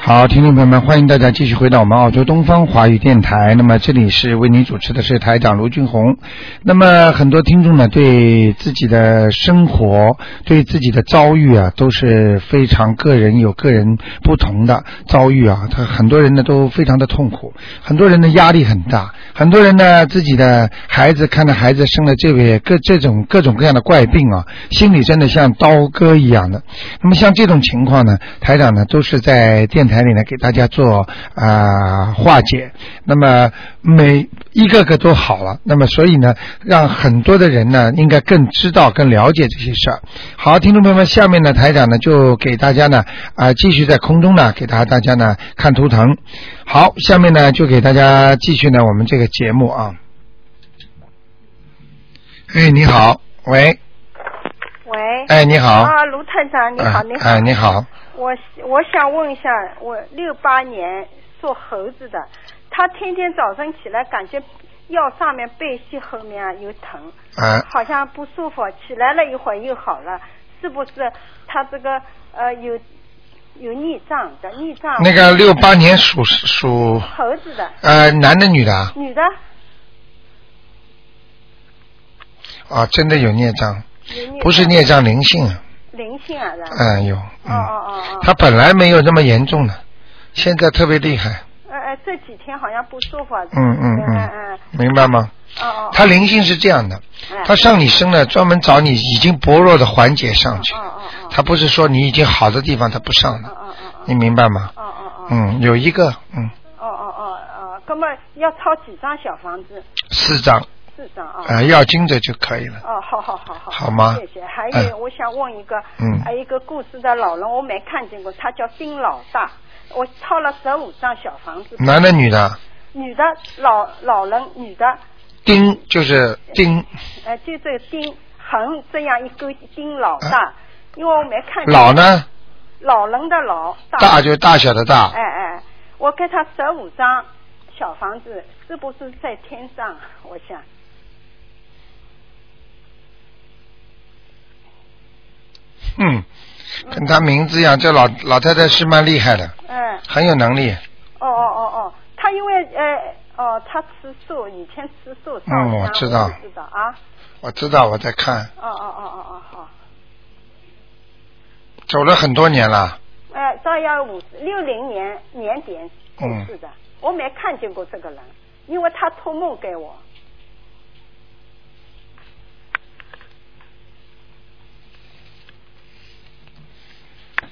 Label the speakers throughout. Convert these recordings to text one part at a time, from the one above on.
Speaker 1: 好，听众朋友们，欢迎大家继续回到我们澳洲东方华语电台。那么这里是为您主持的是台长卢俊宏。那么很多听众呢，对自己的生活、对自己的遭遇啊，都是非常个人有个人不同的遭遇啊。他很多人呢都非常的痛苦，很多人的压力很大，很多人呢自己的孩子看着孩子生了这位各这种各种各样的怪病啊，心里真的像刀割一样的。那么像这种情况呢，台长呢都是在电台里呢给大家做啊、呃化解。那么每一个个都好了，那么所以呢，让很多的人呢应该更知道、更了解这些事儿。好，听众朋友们，下面呢台长呢就给大家呢啊、继续在空中呢给大家大家呢看图腾。好，下面呢就给大家继续呢我们这个节目啊。哎，你好，喂，
Speaker 2: 喂。
Speaker 1: 哎，你好，
Speaker 2: 啊，卢探长，你好，
Speaker 1: 哎
Speaker 2: 你好。
Speaker 1: 哎，你好。
Speaker 2: 我我想问一下，我六八年做猴子的，他天天早晨起来感觉腰上面背膝后面啊有疼，
Speaker 1: 啊，
Speaker 2: 好像不舒服，起来了一会儿又好了，是不是他这个呃有有逆障的逆障？
Speaker 1: 那个六八年属属
Speaker 2: 猴子的
Speaker 1: 呃男的女的啊
Speaker 2: 女的
Speaker 1: 啊，真的有孽障，
Speaker 2: 有孽
Speaker 1: 不是
Speaker 2: 障
Speaker 1: 孽障灵性啊，
Speaker 2: 灵性啊，是吧？
Speaker 1: 嗯有，
Speaker 2: 哦
Speaker 1: 嗯，
Speaker 2: 哦哦哦，
Speaker 1: 他本来没有那么严重的，现在特别厉害，
Speaker 2: 呃呃，这几天好像不舒服啊，
Speaker 1: 嗯嗯
Speaker 2: 嗯嗯
Speaker 1: 嗯，明白吗？
Speaker 2: 嗯，哦哦，
Speaker 1: 他灵性是这样的，
Speaker 2: 哎
Speaker 1: 他上你身了，专门找你已经薄弱的环节上去
Speaker 2: 哦，哦哦，
Speaker 1: 他不是说你已经好的地方他不上
Speaker 2: 哦
Speaker 1: 的，
Speaker 2: 哦哦哦
Speaker 1: 你明白吗？
Speaker 2: 哦哦哦
Speaker 1: 嗯，有一个，嗯，
Speaker 2: 哦哦哦哦，那么要抄几张小房子？
Speaker 1: 四张，
Speaker 2: 四张啊。
Speaker 1: 呃，要经者就可以了。
Speaker 2: 哦，好好好好，
Speaker 1: 好吗
Speaker 2: 谢谢。还有，
Speaker 1: 嗯
Speaker 2: 我想问一个，
Speaker 1: 嗯
Speaker 2: 还有一个故事的老人，我没看见过，他叫丁老大。我抄了十五张小房子，
Speaker 1: 男的女的啊，
Speaker 2: 女的老老人，女的，
Speaker 1: 丁就是丁，
Speaker 2: 呃，就这个丁横这样一勾丁老大，因为我没看见
Speaker 1: 啊老呢
Speaker 2: 老人的老
Speaker 1: 大就是大小的大，
Speaker 2: 哎哎，我给他十五张小房子，是不是在天上啊？我想。
Speaker 1: 嗯，跟他名字一样，这老老太太是蛮厉害的，
Speaker 2: 嗯，
Speaker 1: 很有能力。
Speaker 2: 哦哦哦哦，他因为呃哦，他吃素，以前吃素。烧
Speaker 1: 嗯我
Speaker 2: 香
Speaker 1: 知道
Speaker 2: 我知道啊，
Speaker 1: 我知道，我在看，
Speaker 2: 哦哦哦哦哦好，
Speaker 1: 走了很多年了。
Speaker 2: 呃，到幺五六零年年底过
Speaker 1: 嗯
Speaker 2: 世的，我没看见过这个人，因为他托梦给我。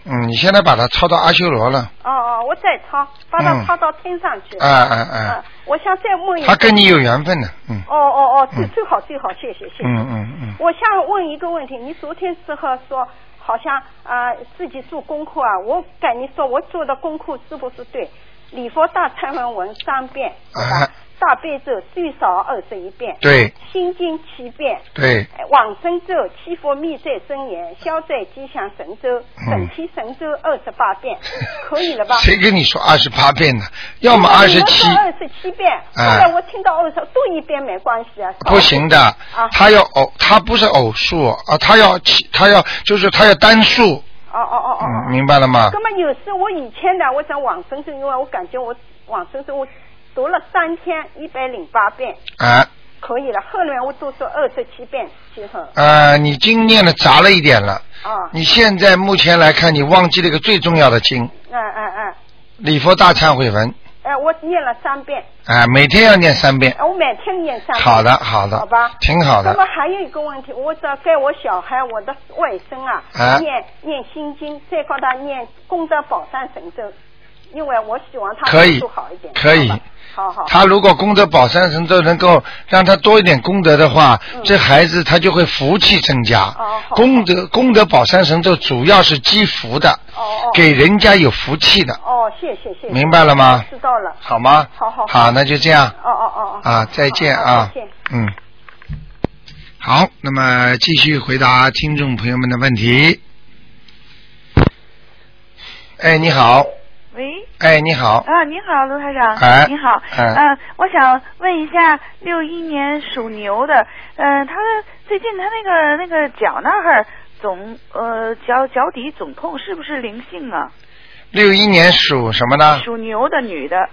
Speaker 1: 嗯，你现在把他抄到阿修罗了，
Speaker 2: 哦哦，我再抄，把
Speaker 1: 嗯
Speaker 2: 他抄到天上去。
Speaker 1: 哎哎哎
Speaker 2: 啊，，我想再问一个。
Speaker 1: 他跟你有缘分的，嗯
Speaker 2: 哦哦哦，最
Speaker 1: 嗯
Speaker 2: 最好最好，谢谢谢谢。
Speaker 1: 嗯嗯嗯，
Speaker 2: 我想问一个问题，你昨天时候说好像啊、呃自己做功课啊，我跟你说我做的功课是不是对？礼佛大忏悔文三遍，是吧？
Speaker 1: 啊
Speaker 2: 大悲咒最少二十一遍，
Speaker 1: 对
Speaker 2: 心经七遍，
Speaker 1: 对，
Speaker 2: 呃往生咒七佛灭罪真言，消灾吉祥神咒，
Speaker 1: 嗯？
Speaker 2: 整体神咒二十八遍，可以了吧哎
Speaker 1: 谁跟你说二十八遍的？要么二十七，
Speaker 2: 二十七遍，后
Speaker 1: 啊
Speaker 2: 来我听到二十多一遍没关系啊，少
Speaker 1: 不行的
Speaker 2: 啊，
Speaker 1: 他要偶，他不是偶数啊，他要七，他要就是他要单数，
Speaker 2: 哦哦哦哦，
Speaker 1: 嗯，明白了吗
Speaker 2: 那？么有时我以前呢，我想往生咒，因为我感觉我往生咒我读了三天一百零八遍
Speaker 1: 啊。
Speaker 2: 可以了，后来我读说二十七遍之后，
Speaker 1: 呃，你经念的杂了一点了。
Speaker 2: 啊，
Speaker 1: 你现在目前来看，你忘记了一个最重要的经《
Speaker 2: 嗯嗯嗯，
Speaker 1: 礼佛大忏悔文》
Speaker 2: 哎，我念了三遍，
Speaker 1: 啊、每天要念三遍。
Speaker 2: 哎我每天念三遍。
Speaker 1: 好的，好的，
Speaker 2: 好吧，
Speaker 1: 挺好
Speaker 2: 那么
Speaker 1: 的。
Speaker 2: 还有一个问题，我只要给我小孩我的外甥啊，
Speaker 1: 啊
Speaker 2: 念念心经，再给他念功德宝山神咒，因为我希望他
Speaker 1: 可以
Speaker 2: 读好一点，
Speaker 1: 可以
Speaker 2: 好吧好好，
Speaker 1: 他如果功德宝山神咒能够让他多一点功德的话，
Speaker 2: 嗯
Speaker 1: 这孩子他就会福气增加。
Speaker 2: 哦好
Speaker 1: 功德功德宝山神咒主要是积福的，
Speaker 2: 哦哦
Speaker 1: 给人家有福气的，
Speaker 2: 哦，谢谢谢谢，
Speaker 1: 明白了吗
Speaker 2: 知道了。
Speaker 1: 好吗？
Speaker 2: 好好好
Speaker 1: 好，那就这样。
Speaker 2: 哦哦哦哦
Speaker 1: 啊，再见
Speaker 2: 好好
Speaker 1: 啊
Speaker 2: 再见。，
Speaker 1: 嗯，好，那么继续回答听众朋友们的问题。哎，你好，
Speaker 3: 喂，
Speaker 1: 哎，你好，
Speaker 3: 啊，你好，卢台长，
Speaker 1: 哎
Speaker 3: 你好，
Speaker 1: 哎
Speaker 3: 嗯、我想问一下，六一年属牛的，嗯、他的最近他那个那个脚那儿总呃脚脚底总痛，是不是灵性啊？
Speaker 1: 六一年属什么呢？
Speaker 3: 属牛的女的，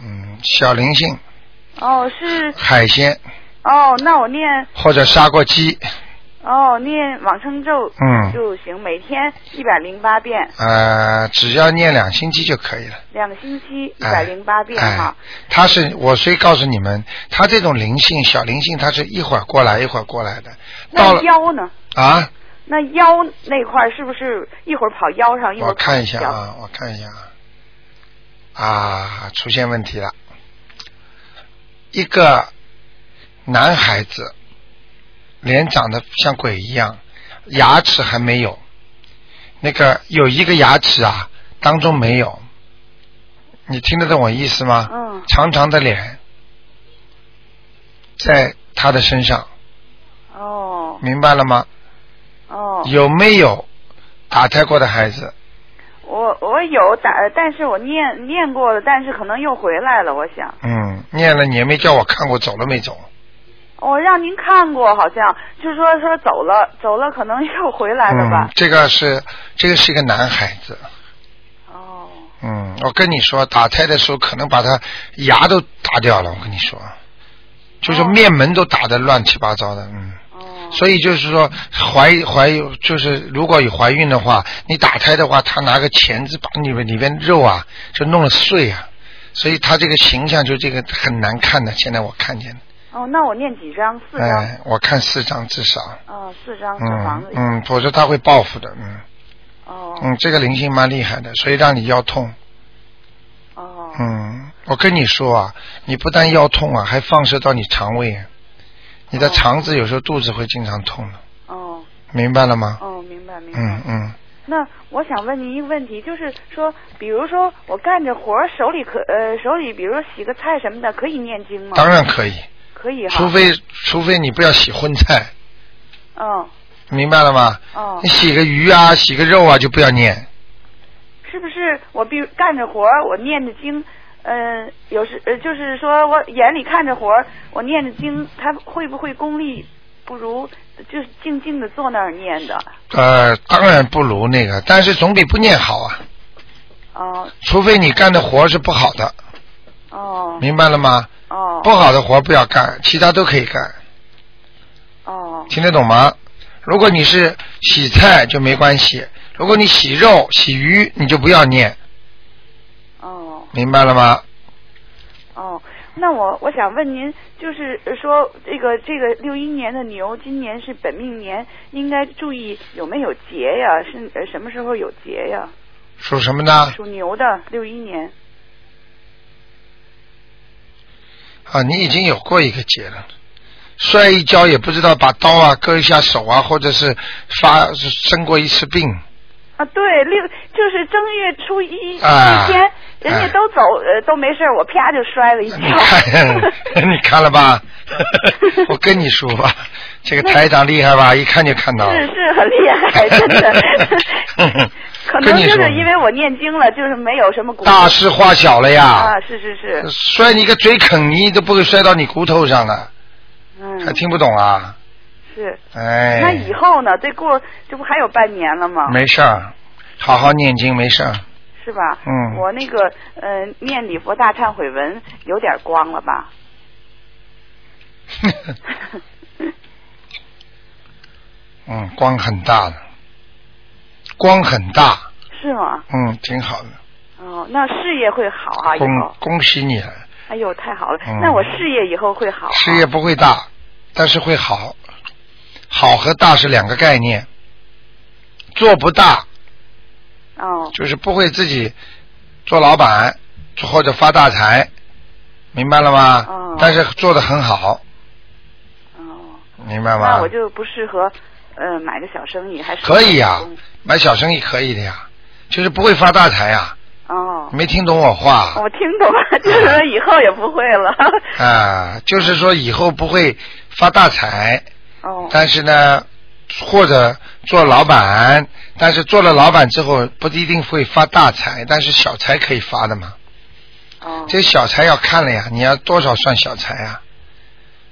Speaker 1: 嗯，小灵性，
Speaker 3: 哦是
Speaker 1: 海鲜
Speaker 3: 哦，那我念
Speaker 1: 或者杀过鸡，
Speaker 3: 哦念往生咒
Speaker 1: 嗯
Speaker 3: 就行，每天一百零八遍，
Speaker 1: 呃，只要念两星期就可以了。
Speaker 3: 两个星期一百
Speaker 1: 哎
Speaker 3: 零八遍
Speaker 1: 哎
Speaker 3: 哈。
Speaker 1: 他是我虽告诉你们，他这种灵性小灵性，他是一会儿过来一会儿过来的，到
Speaker 3: 那
Speaker 1: 了
Speaker 3: 腰呢？
Speaker 1: 啊，
Speaker 3: 那腰那块儿是不是一会儿跑腰上，一会
Speaker 1: 我
Speaker 3: 儿跑
Speaker 1: 看一下
Speaker 3: 脚？
Speaker 1: 啊，我看一下啊，啊，出现问题了，一个男孩子，脸长得像鬼一样，牙齿还没有，那个有一个牙齿啊，当中没有，你听得懂我意思吗？
Speaker 3: 嗯，
Speaker 1: 长长的脸，在他的身上，
Speaker 3: 哦
Speaker 1: 明白了吗？
Speaker 3: 哦，
Speaker 1: 有没有打胎过的孩子？
Speaker 3: 我我有打，但是我念念过了，但是可能又回来了，我想。
Speaker 1: 嗯，念了你也没叫我看过走了没走？
Speaker 3: 我让您看过，好像就说说走了，走了，可能又回来了
Speaker 1: 嗯
Speaker 3: 吧，？
Speaker 1: 这个是这个是一个男孩子。
Speaker 3: 哦，
Speaker 1: 嗯，我跟你说，打胎的时候可能把他牙都打掉了。我跟你说，就是
Speaker 3: 哦
Speaker 1: 面门都打得乱七八糟的。嗯，
Speaker 3: 哦，
Speaker 1: 所以就是说怀怀有就是如果有怀孕的话，你打胎的话，他拿个钳子把你们里边肉啊就弄了碎啊，所以他这个形象就这个很难看的。现在我看见了，
Speaker 3: 哦，那我念几张？四张。
Speaker 1: 嗯哎，我看四张至少。
Speaker 3: 哦，四张小房
Speaker 1: 嗯
Speaker 3: 子。
Speaker 1: 嗯，否则他会报复的，嗯
Speaker 3: 哦
Speaker 1: 嗯，这个灵性蛮厉害的，所以让你腰痛，
Speaker 3: 哦
Speaker 1: 嗯，我跟你说啊，你不但腰痛啊，还放射到你肠胃啊，你的
Speaker 3: 哦
Speaker 1: 肠子有时候肚子会经常痛的，
Speaker 3: 哦
Speaker 1: 明白了吗？
Speaker 3: 哦，明白明白。
Speaker 1: 嗯嗯，
Speaker 3: 那我想问您一个问题，就是说，比如说我干着活儿，手里可呃手里，比如说洗个菜什么的，可以念经吗？
Speaker 1: 当然可以，
Speaker 3: 可以哈。
Speaker 1: 除非除非你不要洗荤菜，
Speaker 3: 嗯
Speaker 1: 明白了吗？
Speaker 3: 哦
Speaker 1: 你，洗个鱼啊，洗个肉啊就不要念，
Speaker 3: 是不是我比如干着活儿，我念着经，呃，有时呃就是说我眼里看着活儿，我念着经，他会不会功力不如就是静静的坐那儿念的？
Speaker 1: 呃，当然不如那个，但是总比不念好啊，
Speaker 3: 哦
Speaker 1: 除非你干的活是不好的，
Speaker 3: 哦
Speaker 1: 明白了吗？
Speaker 3: 哦
Speaker 1: 不好的活不要干，其他都可以干，
Speaker 3: 哦
Speaker 1: 听得懂吗？如果你是洗菜就没关系，如果你洗肉、洗鱼，你就不要念，
Speaker 3: 哦。
Speaker 1: 明白了吗？
Speaker 3: 哦，那我我想问您，就是说这个这个六一年的牛，今年是本命年，应该注意有没有劫呀？是呃什么时候有劫呀？
Speaker 1: 属什么呢？
Speaker 3: 属牛的六一年，
Speaker 1: 啊，你已经有过一个劫了，摔一跤也不知道把刀啊割一下手啊，或者是发生过一次病，
Speaker 3: 啊，对，六就是正月初一
Speaker 1: 啊
Speaker 3: 那天，人
Speaker 1: 哎
Speaker 3: 家都走呃都没事儿，我啪就摔了一跤。
Speaker 1: 你看， 你看了吧？我跟你说吧，这个台长厉害吧？一看就看到了。。
Speaker 3: 是是很厉害，真的可
Speaker 1: 跟
Speaker 3: 能
Speaker 1: 你
Speaker 3: 就
Speaker 1: 说
Speaker 3: 是因为我念经了，就是没有什么骨
Speaker 1: 大事化小了呀！
Speaker 3: 啊，是是是，
Speaker 1: 摔你个嘴啃泥都不会摔到你骨头上了，还
Speaker 3: 嗯，
Speaker 1: 听不懂啊？
Speaker 3: 是。
Speaker 1: 哎，
Speaker 3: 那以后啊呢？这过这不还有半年了吗？
Speaker 1: 没事儿，好好念经没事儿。
Speaker 3: 是吧？
Speaker 1: 嗯
Speaker 3: 我那个呃，念礼佛大忏悔文有点光了吧？
Speaker 1: 嗯，光很大的，光很大，
Speaker 3: 是吗？
Speaker 1: 嗯，挺好的，
Speaker 3: 哦，那事业会好啊，以
Speaker 1: 恭
Speaker 3: 后。
Speaker 1: 恭喜你了，
Speaker 3: 哎呦，太好了！
Speaker 1: 嗯
Speaker 3: 那我事业以后会好、啊。
Speaker 1: 事业不会大，但是会好，好和大是两个概念，做不大
Speaker 3: 哦
Speaker 1: 就是不会自己做老板或者发大财，明白了吗？
Speaker 3: 哦
Speaker 1: 但是做的很好，
Speaker 3: 哦，
Speaker 1: 明白吗？
Speaker 3: 那我就不适合呃买个小生意，还是
Speaker 1: 可以啊呀、
Speaker 3: 嗯
Speaker 1: 买小生意可以的呀，就是不会发大财呀、
Speaker 3: 哦，
Speaker 1: 没听懂我话
Speaker 3: 我听懂了，就是说以后也不会了。
Speaker 1: 啊？就是说以后不会发大财，
Speaker 3: 哦
Speaker 1: 但是呢，或者做老板，但是做了老板之后不一定会发大财，但是小财可以发的嘛。
Speaker 3: 哦
Speaker 1: 这小财要看了呀，你要多少算小财啊？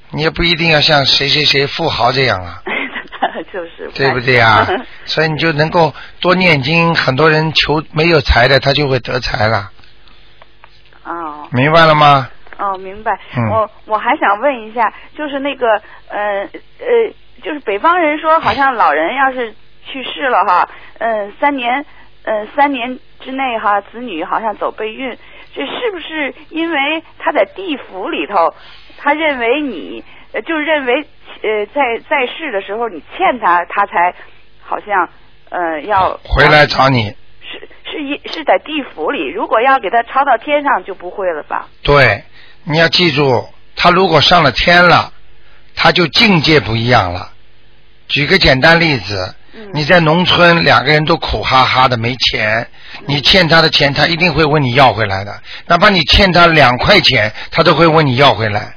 Speaker 1: 你也不一定要像谁谁谁富豪这样 啊，
Speaker 3: 就是
Speaker 1: 对不对 呀、
Speaker 3: 嗯
Speaker 1: 所以你就能够多念经，很多人求没有财的，他就会得财了，
Speaker 3: 哦
Speaker 1: 明白了吗？
Speaker 3: 哦，明白。
Speaker 1: 嗯
Speaker 3: 我我还想问一下，就是那个呃呃，就是北方人说，好像老人要是去世了哈，嗯、三年嗯、呃三年之内哈，子女好像走备孕，这是不是因为他在地府里头，他认为你呃就认为呃在在世的时候你欠他，他才好像呃要
Speaker 1: 回来找你，
Speaker 3: 是是一是在地府里，如果要给他抄到天上就不会了吧？
Speaker 1: 对，你要记住，他如果上了天了，他就境界不一样了。举个简单例子，
Speaker 3: 嗯
Speaker 1: 你在农村，两个人都苦哈哈的没钱，你欠他的钱，他一定会问你要回来的。哪怕你欠他两块钱，他都会问你要回来。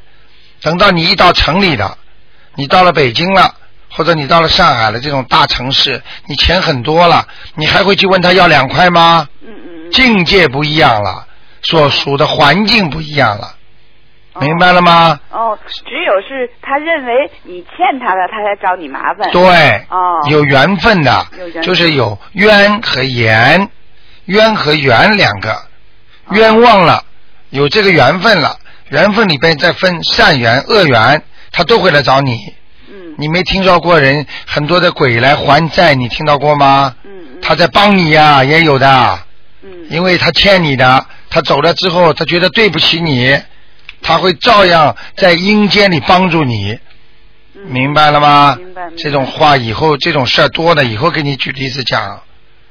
Speaker 1: 等到你一到城里了，你到了北京了，或者你到了上海了这种大城市，你钱很多了，你还会去问他要两块吗？
Speaker 3: 嗯嗯嗯。
Speaker 1: 境界不一样了，所属的环境不一样了，
Speaker 3: 哦
Speaker 1: 明白了吗？
Speaker 3: 哦，只有是他认为你欠他的，他才找你麻烦。
Speaker 1: 对，
Speaker 3: 哦，
Speaker 1: 有缘分的
Speaker 3: 有缘，分
Speaker 1: 就是有冤和缘，冤和缘两个，
Speaker 3: 哦
Speaker 1: 冤枉了，有这个缘分了，缘分里边再分善缘、恶缘，他都会来找你。
Speaker 3: 嗯
Speaker 1: 你没听说过人很多的鬼来还债，你听到过吗？
Speaker 3: 嗯嗯
Speaker 1: 他在帮你呀、也有的。
Speaker 3: 嗯
Speaker 1: 因为他欠你的，他走了之后，他觉得对不起你，他会照样在阴间里帮助你，
Speaker 3: 嗯
Speaker 1: 明白了吗？
Speaker 3: 明白明白
Speaker 1: 这种话以后这种事儿多了，以后给你举例子讲，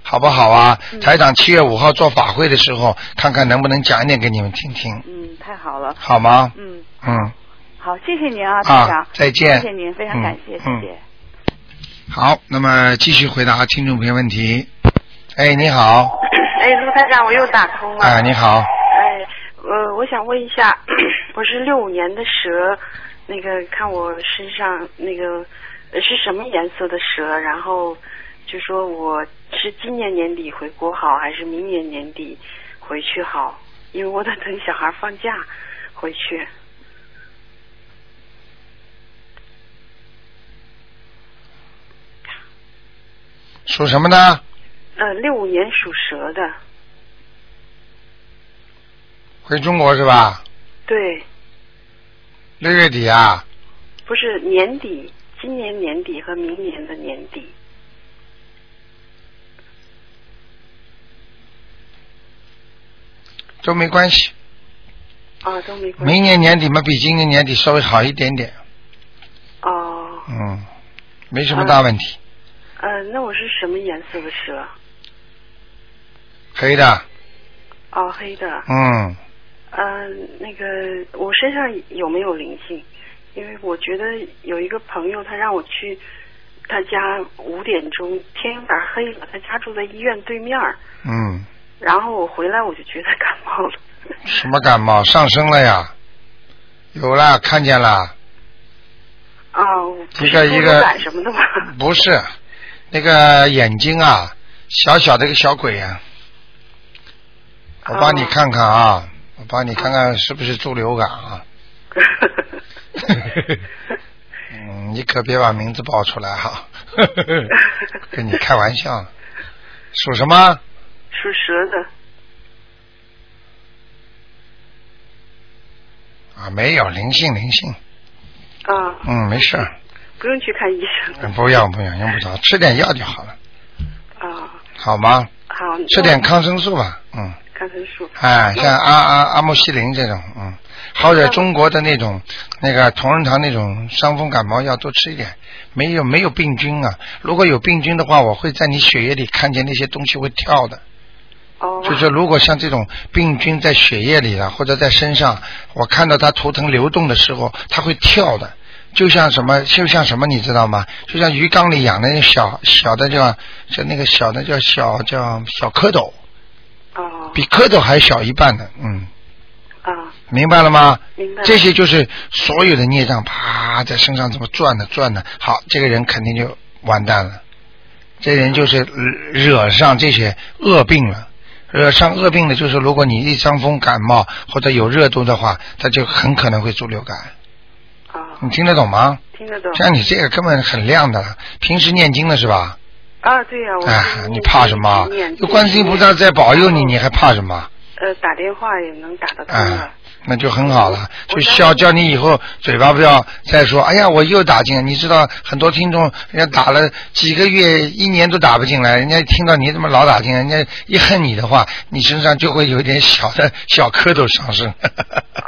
Speaker 1: 好不好啊？
Speaker 3: 嗯
Speaker 1: 台长七月五号做法会的时候，看看能不能讲一点给你们听听，
Speaker 3: 嗯，太好了，
Speaker 1: 好吗？
Speaker 3: 嗯，
Speaker 1: 嗯，
Speaker 3: 好，谢谢您啊，台长
Speaker 1: 啊，，再见。
Speaker 3: 谢谢您，非常感谢，
Speaker 1: 嗯
Speaker 3: 谢
Speaker 1: 嗯
Speaker 3: 谢。
Speaker 1: 好，那么继续回答听众朋友问题。哎，你好，
Speaker 4: 哎，卢台长，我又打通了。
Speaker 1: 哎，你好，
Speaker 4: 哎，呃，我想问一下， 我是六五年的蛇，那个看我身上那个呃是什么颜色的蛇，然后就说我是今年年底回国好，还是明年年底回去好？因为我得等小孩放假回去。
Speaker 1: 属什么呢？
Speaker 4: 呃，六五年属蛇的，
Speaker 1: 回中国是吧？
Speaker 3: 嗯
Speaker 4: 对，
Speaker 1: 六月底啊。
Speaker 4: 不是年底，今年年底和明年的年底。
Speaker 1: 都没关系。
Speaker 3: 嗯
Speaker 4: 啊，都没关系。
Speaker 1: 明年年底嘛，比今年年底稍微好一点点，
Speaker 4: 哦，
Speaker 1: 嗯，没什么大问题，
Speaker 4: 呃，那我是什么颜色的蛇？
Speaker 1: 可以的，
Speaker 4: 哦，黑的。
Speaker 1: 嗯，
Speaker 4: 呃，那个我身上有没有灵性？因为我觉得有一个朋友，他让我去他家五点钟，天有点黑了，他家住在医院对面儿，
Speaker 1: 嗯，
Speaker 4: 然后我回来我就觉得感冒了。
Speaker 1: 什么感冒上升了呀？有啦，看见啦，
Speaker 4: 啊，我不
Speaker 1: 一
Speaker 4: 是
Speaker 1: 个
Speaker 4: 多
Speaker 1: 一
Speaker 4: 肉
Speaker 1: 个
Speaker 4: 感什么的吗？
Speaker 1: 不是，那个眼睛啊，小小的一个小鬼啊，我帮
Speaker 4: 哦
Speaker 1: 你看看啊，我帮你看看是不是猪流感 啊？嗯，你可别把名字报出来哈、 跟你开玩笑呢，属什么？
Speaker 4: 属蛇的。
Speaker 1: 啊，没有灵性，灵性，
Speaker 4: 啊，
Speaker 1: 嗯，没事儿，
Speaker 4: 不用去看医生
Speaker 1: 嗯不要不要，用不着，吃点药就好了，
Speaker 4: 啊。
Speaker 1: 好吗？
Speaker 4: 好，
Speaker 1: 吃点抗生素吧，嗯，
Speaker 4: 嗯抗生素。
Speaker 1: 哎，像阿阿阿莫西林这种，嗯，或者中国的那种那个同仁堂那种伤风感冒药多吃一点，没有没有病菌啊，如果有病菌的话，我会在你血液里看见那些东西会跳的，
Speaker 4: 哦。
Speaker 1: 就是如果像这种病菌在血液里了，或者在身上，我看到它图腾流动的时候，它会跳的，就像什么，就像什么，你知道吗？就像鱼缸里养的那小小的叫叫那个小的叫小叫小蝌蚪，
Speaker 4: 哦。
Speaker 1: 比蝌蚪还小一半的，嗯，
Speaker 4: 啊，
Speaker 1: 明白了吗？
Speaker 4: 明白了。
Speaker 1: 这些就是所有的孽障，啪在身上这么转的转的，好，这个人肯定就完蛋了。这人就是呃惹上这些恶病了，惹上恶病了，就是如果你一伤风感冒或者有热度的话，他就很可能会猪流感。
Speaker 4: 啊。
Speaker 1: 你听得懂吗？
Speaker 4: 听得懂。
Speaker 1: 像你这个根本很亮的，平时念经的是吧？
Speaker 4: 啊，对呀、我
Speaker 1: 哎，
Speaker 4: 是
Speaker 1: 你怕什么
Speaker 4: 念？
Speaker 1: 有观世音菩萨在保佑你，你还怕什么？
Speaker 4: 呃，打电话也能打得通
Speaker 1: 啊
Speaker 4: 了。，
Speaker 1: 那就很好了。就
Speaker 4: 我相信
Speaker 1: 叫叫你以后嘴巴不要再说，哎呀，我又打进来。你知道很多听众人家打了几个月、一年都打不进来，人家听到你怎么老打进来，人家一恨你的话，你身上就会有一点小的小蝌蚪上升。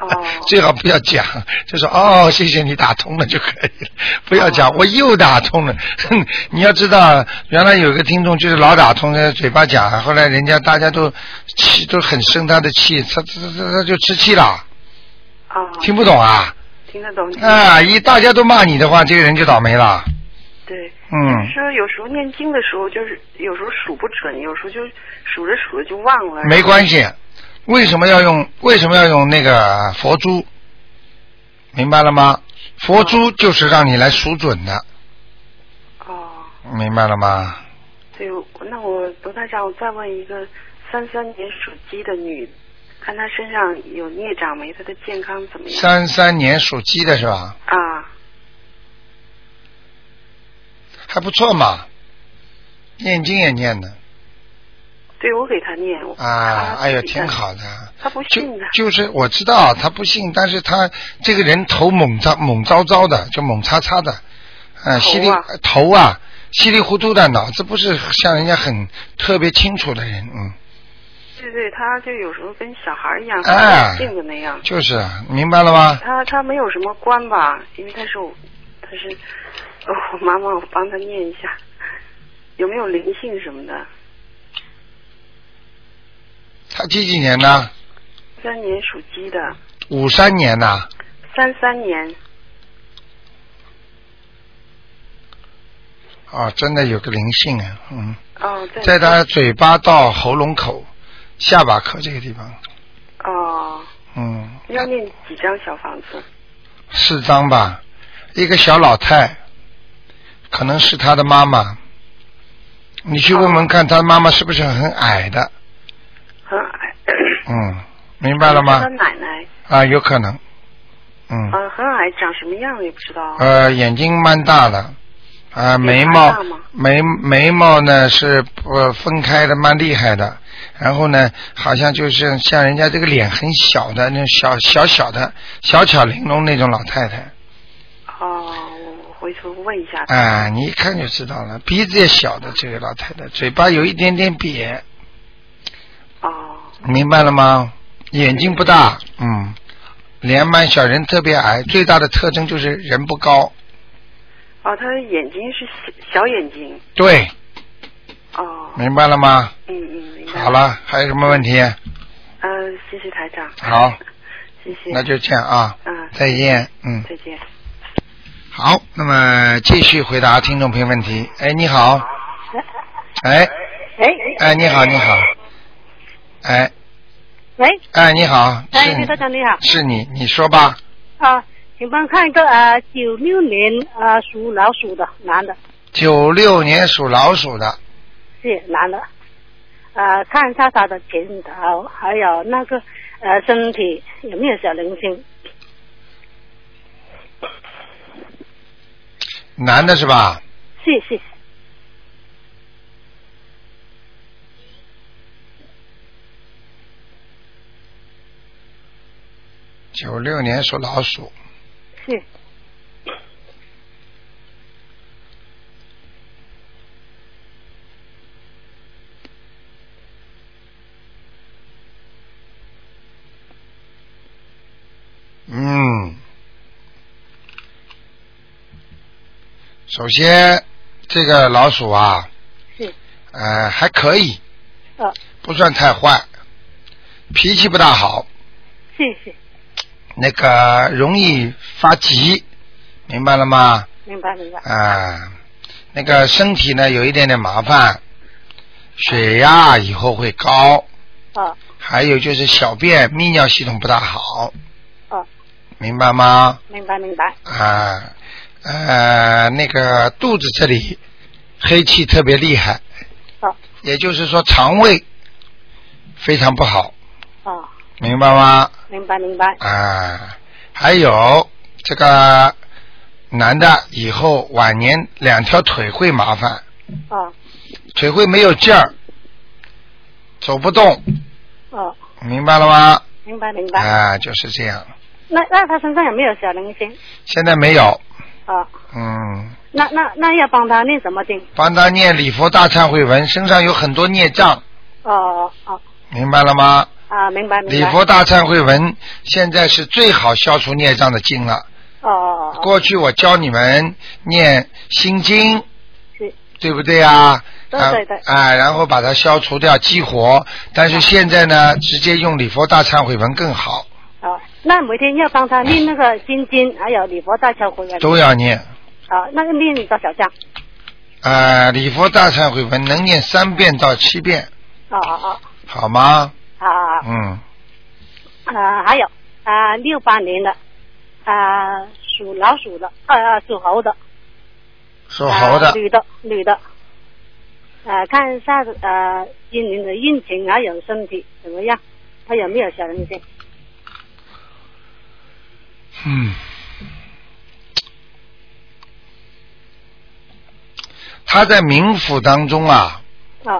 Speaker 4: 哦
Speaker 1: 最好不要讲，就说哦，谢谢你打通了就可以了，不要讲、我又打通了。 哼你要知道，原来有个听众就是老打通的，嘴巴讲，后来人家大家都气都很生他的气，他他他他就吃气了，
Speaker 4: 哦，嗯
Speaker 1: 听不懂啊？
Speaker 4: 听得懂。听得懂
Speaker 1: 啊，一大家都骂你的话，这个人就倒霉了。
Speaker 4: 对，
Speaker 1: 嗯，
Speaker 4: 说有时候念经的时候，就是有时候数不准，有时候就数着数着就忘了。
Speaker 1: 没关系。为什么要用为什么要用那个佛珠？明白了吗？佛珠就是让你来数准的，
Speaker 4: 哦，
Speaker 1: 明白了吗？
Speaker 4: 对，那我罗大长，我再问一个三三年属鸡的女，看她身上有孽障没？她的健康怎么样？
Speaker 1: 三三年属鸡的是吧？
Speaker 4: 啊，
Speaker 1: 还不错嘛，念经也念的
Speaker 4: 对我给她念。我
Speaker 1: 啊，哎呦，挺。
Speaker 4: 她自己
Speaker 1: 好的。
Speaker 4: 她不
Speaker 1: 就
Speaker 4: 信的。
Speaker 1: 就是我知道他不信，但是他这个人头猛糟猛糟糟的，就猛叉叉的，啊，
Speaker 4: 头啊
Speaker 1: 稀里头啊，稀里糊涂的，脑子不是像人家很特别清楚的人，嗯，
Speaker 4: 对对，她就有时候跟小孩一样，
Speaker 1: 哎
Speaker 4: 性的那样。
Speaker 1: 就是啊明白了吗？
Speaker 4: 她她没有什么关吧？因为她是我，她是、哦、我妈妈，我帮她念一下，有没有灵性什么的？
Speaker 1: 他几几年呢？
Speaker 4: 三年属鸡的，
Speaker 1: 五三年呐，
Speaker 4: 三三年
Speaker 1: 啊，真的有个灵性啊，嗯，
Speaker 4: 哦，
Speaker 1: 在
Speaker 4: 在
Speaker 1: 他嘴巴到喉咙口、下巴颏这个地方，
Speaker 4: 哦，
Speaker 1: 嗯，
Speaker 4: 要念几张小房子？
Speaker 1: 四张吧，一个小老太，可能是他的妈妈。你去问问看，他妈妈是不是很矮的？
Speaker 4: 哦很矮，
Speaker 1: 嗯，明白了吗
Speaker 4: 他？奶奶，
Speaker 1: 啊，有可能。嗯，
Speaker 4: 呃，很矮，长什么样也不知道。
Speaker 1: 呃，眼睛蛮大的，啊，眉毛
Speaker 4: 大吗
Speaker 1: 眉眉毛呢是呃分开的，蛮厉害的。然后呢，好像就是像人家这个脸很小的那种小小小的小巧玲珑那种老太太。
Speaker 4: 哦，我回头问一下。
Speaker 1: 啊，你一看就知道了，鼻子也小的这个老太太，嘴巴有一点点瘪，
Speaker 4: 哦，
Speaker 1: 明白了吗？眼睛不大，嗯，脸蛮小，人特别矮，最大的特征就是人不高。
Speaker 4: 哦，他的眼睛是小小眼睛。
Speaker 1: 对，
Speaker 4: 哦，
Speaker 1: 明白了吗？
Speaker 4: 嗯嗯，明白。
Speaker 1: 好。了，还有什么问题？
Speaker 4: 呃，谢谢台长。
Speaker 1: 好，
Speaker 4: 谢谢。
Speaker 1: 那就这样啊，
Speaker 4: 嗯，
Speaker 1: 再见，嗯，
Speaker 4: 再见。
Speaker 1: 好，那么继续回答听众朋友问题。哎，你好，哎，
Speaker 5: 喂
Speaker 1: 哎，你好，你好，哎，
Speaker 5: 喂，
Speaker 1: 哎，你好，
Speaker 5: 哎，
Speaker 1: 是
Speaker 5: 台
Speaker 1: 你
Speaker 5: 长你好
Speaker 1: 是你，你说吧。
Speaker 5: 啊，请帮看一个呃九六年呃属老鼠的男的，
Speaker 1: 九六年属老鼠的，
Speaker 5: 是男的，呃，看一下他的前途，还有那个呃身体有没有小灵性？
Speaker 1: 男的是吧？
Speaker 5: 是是，
Speaker 1: 九六年属老鼠，
Speaker 5: 是
Speaker 1: 嗯。首先，这个老鼠啊，
Speaker 5: 是，
Speaker 1: 呃，还可以，
Speaker 5: 哦，
Speaker 1: 不算太坏，脾气不大好，
Speaker 5: 是是，
Speaker 1: 那个容易发急，明白了吗？
Speaker 5: 明白明白，
Speaker 1: 啊，那个身体呢有一点点麻烦，血压以后会高，
Speaker 5: 哦
Speaker 1: 还有就是小便泌尿系统不大好，
Speaker 5: 哦，
Speaker 1: 明白吗？
Speaker 5: 明白明白，
Speaker 1: 啊，呃，那个肚子这里黑气特别厉害，
Speaker 5: 哦
Speaker 1: 也就是说肠胃非常不好，
Speaker 5: 哦，
Speaker 1: 明白吗？
Speaker 5: 明白明白，
Speaker 1: 啊，还有这个男的以后晚年两条腿会麻烦，
Speaker 5: 哦
Speaker 1: 腿会没有劲儿，走不动，
Speaker 5: 哦，
Speaker 1: 明白了吗？
Speaker 5: 明白明白。
Speaker 1: 啊，就是这样。
Speaker 5: 那那他身上有没有小灵性？
Speaker 1: 现在没有，
Speaker 5: 哦，
Speaker 1: 嗯，
Speaker 5: 那那那要帮他念什么经？
Speaker 1: 帮他念礼佛大忏悔文，身上有很多孽障，
Speaker 5: 哦哦哦
Speaker 1: 明白了吗？
Speaker 5: 啊，明白明
Speaker 1: 礼
Speaker 5: 白。
Speaker 1: 佛大忏悔文现在是最好消除孽障的经了。
Speaker 5: 哦哦哦，
Speaker 1: 过去我教你们念心经
Speaker 5: 是，
Speaker 1: 对不对啊？
Speaker 5: 对
Speaker 1: 啊
Speaker 5: 对对
Speaker 1: 啊，然后把它消除掉、激活。但是现在呢，直接用礼佛大忏悔文更好，
Speaker 5: 哦，那每天要帮他念那个心经，还有礼佛大忏悔文。
Speaker 1: 都要念。
Speaker 5: 啊，那个念多少张？
Speaker 1: 啊，礼佛大忏悔文能念三遍到七遍，
Speaker 5: 哦哦
Speaker 1: 好吗？
Speaker 5: 哦，啊
Speaker 1: 嗯，
Speaker 5: 啊，还有啊，六八年的啊，属老鼠的，啊啊，属猴的，
Speaker 1: 属猴
Speaker 5: 啊
Speaker 1: 的，
Speaker 5: 女的，女的。啊，看一下子呃，今年的运程还有身体怎么样？还有没有小人性？
Speaker 1: 嗯，他在冥府当中啊，
Speaker 5: 啊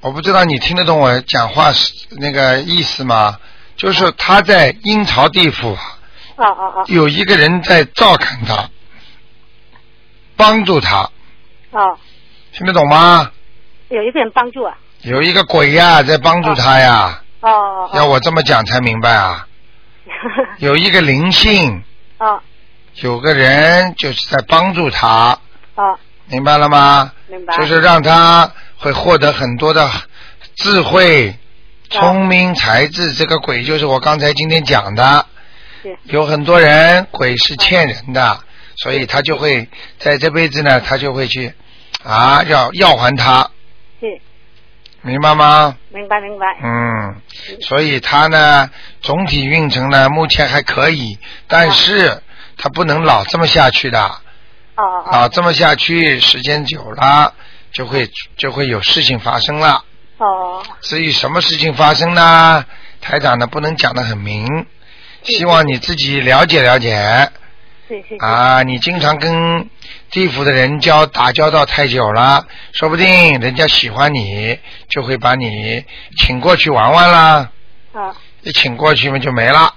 Speaker 1: 我不知道你听得懂我讲话是那个意思吗？就是他在阴曹地府啊，
Speaker 5: 啊啊啊
Speaker 1: 有一个人在照看他，帮助他，
Speaker 5: 啊！
Speaker 1: 听得懂吗？
Speaker 5: 有一个人帮助啊！
Speaker 1: 有一个鬼呀、在帮助他呀，
Speaker 5: 哦哦
Speaker 1: 要我这么讲才明白啊。有一个灵性，
Speaker 5: 哦
Speaker 1: 有个人就是在帮助他，
Speaker 5: 哦哦，
Speaker 1: 明白了吗？
Speaker 5: 明白。
Speaker 1: 就是让他会获得很多的智
Speaker 5: 哦
Speaker 1: 慧、聪明才智。这个鬼就是我刚才今天讲的
Speaker 5: 是，哦
Speaker 1: 有很多人鬼是欠人的，所以他就会在这辈子呢，他就会去啊，要要还他，
Speaker 5: 是，
Speaker 1: 明白吗？
Speaker 5: 明白明白。
Speaker 1: 嗯，所以他呢，总体运程呢，目前还可以，但是他不能老这么下去的。
Speaker 5: 哦哦哦
Speaker 1: 啊，这么下去时间久了，就会就会有事情发生了。
Speaker 5: 哦
Speaker 1: 至于什么事情发生呢？台长呢不能讲得很明，希望你自己了解了解
Speaker 5: 是是是。
Speaker 1: 啊。你经常跟地府的人交打交道太久了，说不定人家喜欢你，就会把你请过去玩玩啦。
Speaker 5: 啊
Speaker 1: 一请过去嘛就没了，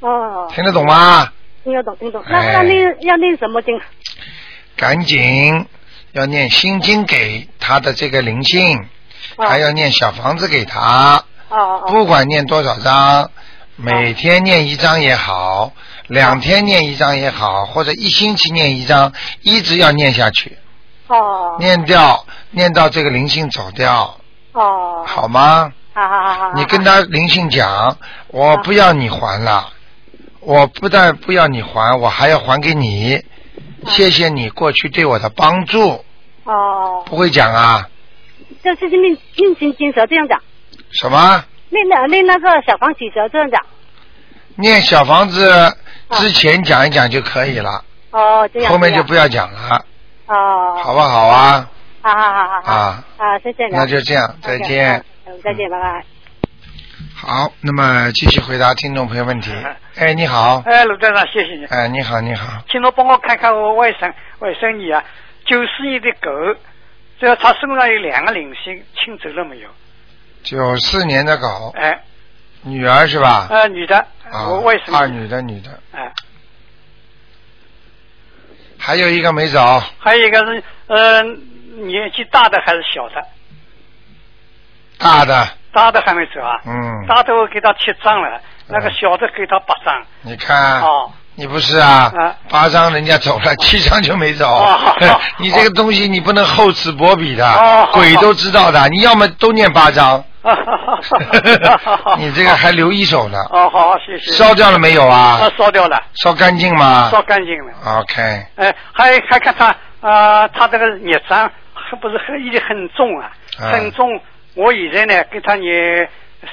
Speaker 5: 哦，
Speaker 1: 听得懂吗？
Speaker 5: 听得懂听得懂。那
Speaker 1: 哎
Speaker 5: 那念要念什么经？
Speaker 1: 赶紧要念心经给他的这个灵性。
Speaker 5: 哦
Speaker 1: 还要念小房子给他，
Speaker 5: 哦哦
Speaker 1: 不管念多少章，每天念一章也
Speaker 5: 哦
Speaker 1: 好，两天念一章也好，或者一星期念一章，一直要念下去，
Speaker 5: 哦哦
Speaker 1: 念掉，念到这个灵性走掉，
Speaker 5: 哦，
Speaker 1: 好吗？
Speaker 5: 好好好好，
Speaker 1: 你跟他灵性讲，我不要你还了，我不但不要你还，我还要还给你，谢谢你过去对我的帮助，
Speaker 5: 哦，
Speaker 1: 不会讲啊？
Speaker 5: 这就是命命行金蛇这样讲，
Speaker 1: 什么？
Speaker 5: 念那念那个小方几蛇这样讲，
Speaker 1: 念小房
Speaker 6: 哦
Speaker 1: 子之前讲一讲就可以了，
Speaker 5: 哦这样，
Speaker 1: 后面就
Speaker 5: 这样
Speaker 1: 不要讲了，
Speaker 5: 哦，
Speaker 1: 好不好啊？
Speaker 5: 好，好好好好
Speaker 1: 啊，
Speaker 5: 啊，谢谢你啊，
Speaker 1: 那就这样，再
Speaker 5: OK，
Speaker 1: 见
Speaker 5: 好。，嗯再见，拜拜。
Speaker 1: 好，那么继续回答听众朋友 问题。哎，你好，
Speaker 6: 哎，卢站长，谢谢你，
Speaker 1: 哎，你好，你好，
Speaker 6: 请我帮我看看我外甥外甥女啊，九四年的狗，只要她身上有两个零星，清走了没有？
Speaker 1: 九四年的狗，
Speaker 6: 哎，
Speaker 1: 女儿是吧？
Speaker 6: 呃，女的，
Speaker 1: 啊，
Speaker 6: 我外甥
Speaker 1: 二，女的女的，
Speaker 6: 哎，
Speaker 1: 还有一个没走，
Speaker 6: 还有一个是呃年纪大的还是小的？
Speaker 1: 大的，
Speaker 6: 大的还没走啊？
Speaker 1: 嗯，
Speaker 6: 大的我给他七张了，那个
Speaker 1: 嗯
Speaker 6: 小的给他八张。
Speaker 1: 你看，
Speaker 6: 哦，
Speaker 1: 你不是啊
Speaker 6: 啊，
Speaker 1: 八张人家走了，七张就没走
Speaker 6: 哦好好。
Speaker 1: 你这个东西你不能厚此薄彼的
Speaker 6: 哦，
Speaker 1: 鬼都知道的。你要么都念八 张，
Speaker 6: 哈哈哈哈 哈
Speaker 1: 你这个还留一手呢。
Speaker 6: 哦，好好，谢谢。
Speaker 1: 烧掉了没有啊
Speaker 6: 啊？，烧掉了，
Speaker 1: 烧干净吗
Speaker 6: 烧干净了。
Speaker 1: ？OK，
Speaker 6: 哎，还还看他啊、呃他这个孽障还不是很已经很重啊，
Speaker 1: 啊
Speaker 6: 很重。我现在呢给他念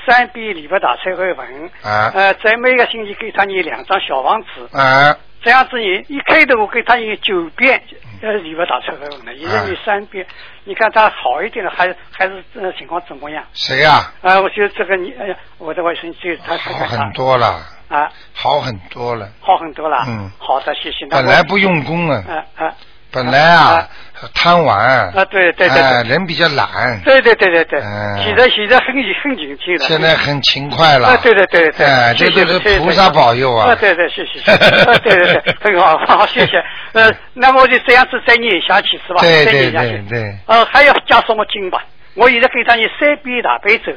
Speaker 6: 三遍礼佛大忏悔文，
Speaker 1: 啊
Speaker 6: 呃，在每个星期给他念两张小房子，
Speaker 1: 啊，
Speaker 6: 这样子念一开头我给他念九遍呃礼佛大忏悔文了，现在
Speaker 1: 嗯
Speaker 6: 念
Speaker 1: 啊
Speaker 6: 三遍，你看他好一点了，还还是呃情况怎么样？呃
Speaker 1: 谁呀？
Speaker 6: 啊、我觉得这个你，哎呀，我的外甥女，他
Speaker 1: 好很多了，
Speaker 6: 啊，
Speaker 1: 好很多了。
Speaker 6: 好很多了。
Speaker 1: 嗯
Speaker 6: 好的，谢谢。那
Speaker 1: 本
Speaker 6: 我
Speaker 1: 来不用功啊，
Speaker 6: 啊啊
Speaker 1: 本来啊贪玩
Speaker 6: 啊！对嗯对对
Speaker 1: 哎
Speaker 6: 对
Speaker 1: 人比较懒，
Speaker 6: 对对对对对
Speaker 1: 嗯，
Speaker 6: 现在现在很很警惕了。
Speaker 1: 现在很勤快了。
Speaker 6: 啊，对对对对，
Speaker 1: 哎，这
Speaker 6: 谢谢
Speaker 1: 都是
Speaker 6: 谢谢
Speaker 1: 菩萨保佑啊
Speaker 6: 啊，！对对，谢谢，谢谢啊对对 对，很好，好，谢谢。呃，那么我就这样子再念下去是吧？
Speaker 1: 对
Speaker 6: 再
Speaker 1: 对
Speaker 6: 念下去
Speaker 1: 对。对，
Speaker 6: 呃，还要加什么经吧？我现在给他念三遍大悲咒，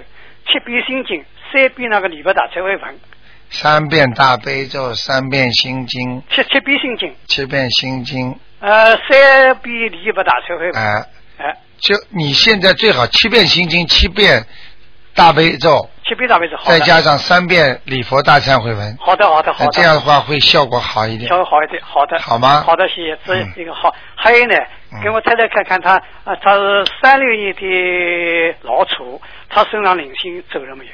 Speaker 6: 七遍心经，三遍那个礼佛大忏悔文，
Speaker 1: 三遍大悲咒，三遍心经，
Speaker 6: 七七遍心经，
Speaker 1: 七遍心经，
Speaker 6: 呃，三遍礼佛大忏悔文，
Speaker 1: 哎，
Speaker 6: 哎，
Speaker 1: 就你现在最好七遍心经，七遍大悲咒，
Speaker 6: 七遍大悲咒，好
Speaker 1: 再
Speaker 6: 的，
Speaker 1: 加上三遍礼佛大忏悔文，
Speaker 6: 好的，好的，好
Speaker 1: 那
Speaker 6: 的，
Speaker 1: 这样的话会效果好一点
Speaker 6: 稍。微好一点，好的，
Speaker 1: 好吗
Speaker 6: 好的，谢谢，
Speaker 1: 嗯
Speaker 6: 这一个好。还有呢
Speaker 1: 嗯，
Speaker 6: 给我太太看看她，啊，她是三六年的老鼠，她身上灵性走了没有？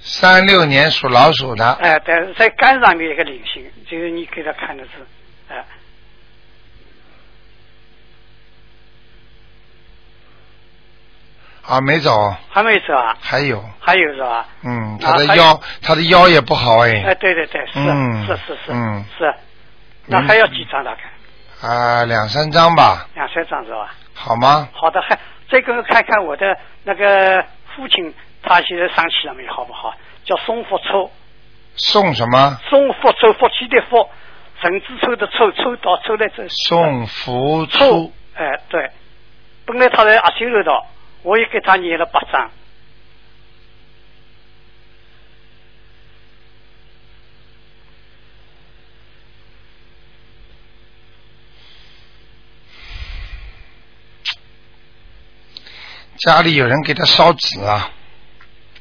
Speaker 1: 三六年属老鼠的，
Speaker 6: 哎、但是在肝上面一个灵性，就是你给她看的是，哎、
Speaker 1: 啊，没走，
Speaker 6: 还没走啊？
Speaker 1: 还有，
Speaker 6: 还有是吧？
Speaker 1: 嗯，
Speaker 6: 啊
Speaker 1: 他的
Speaker 6: 还有
Speaker 1: 腰，他的腰也不好哎
Speaker 6: 哎、，对对对，是、
Speaker 1: 嗯
Speaker 6: 是是是、
Speaker 1: 嗯
Speaker 6: 是，那
Speaker 1: 嗯
Speaker 6: 还要几张大概？
Speaker 1: 啊，两三张吧，
Speaker 6: 两三张是吧？
Speaker 1: 好吗？
Speaker 6: 好的，还再给我看看我的那个父亲，他现在上去了没有？好不好？叫松福抽。
Speaker 1: 送什么？
Speaker 6: 送福抽福气的福，绳子抽的抽抽到抽来这
Speaker 1: 送福
Speaker 6: 抽
Speaker 1: 出，，
Speaker 6: 哎对，本来他在阿修罗道，我也给他念了八章，
Speaker 1: 家里有人给他烧纸啊，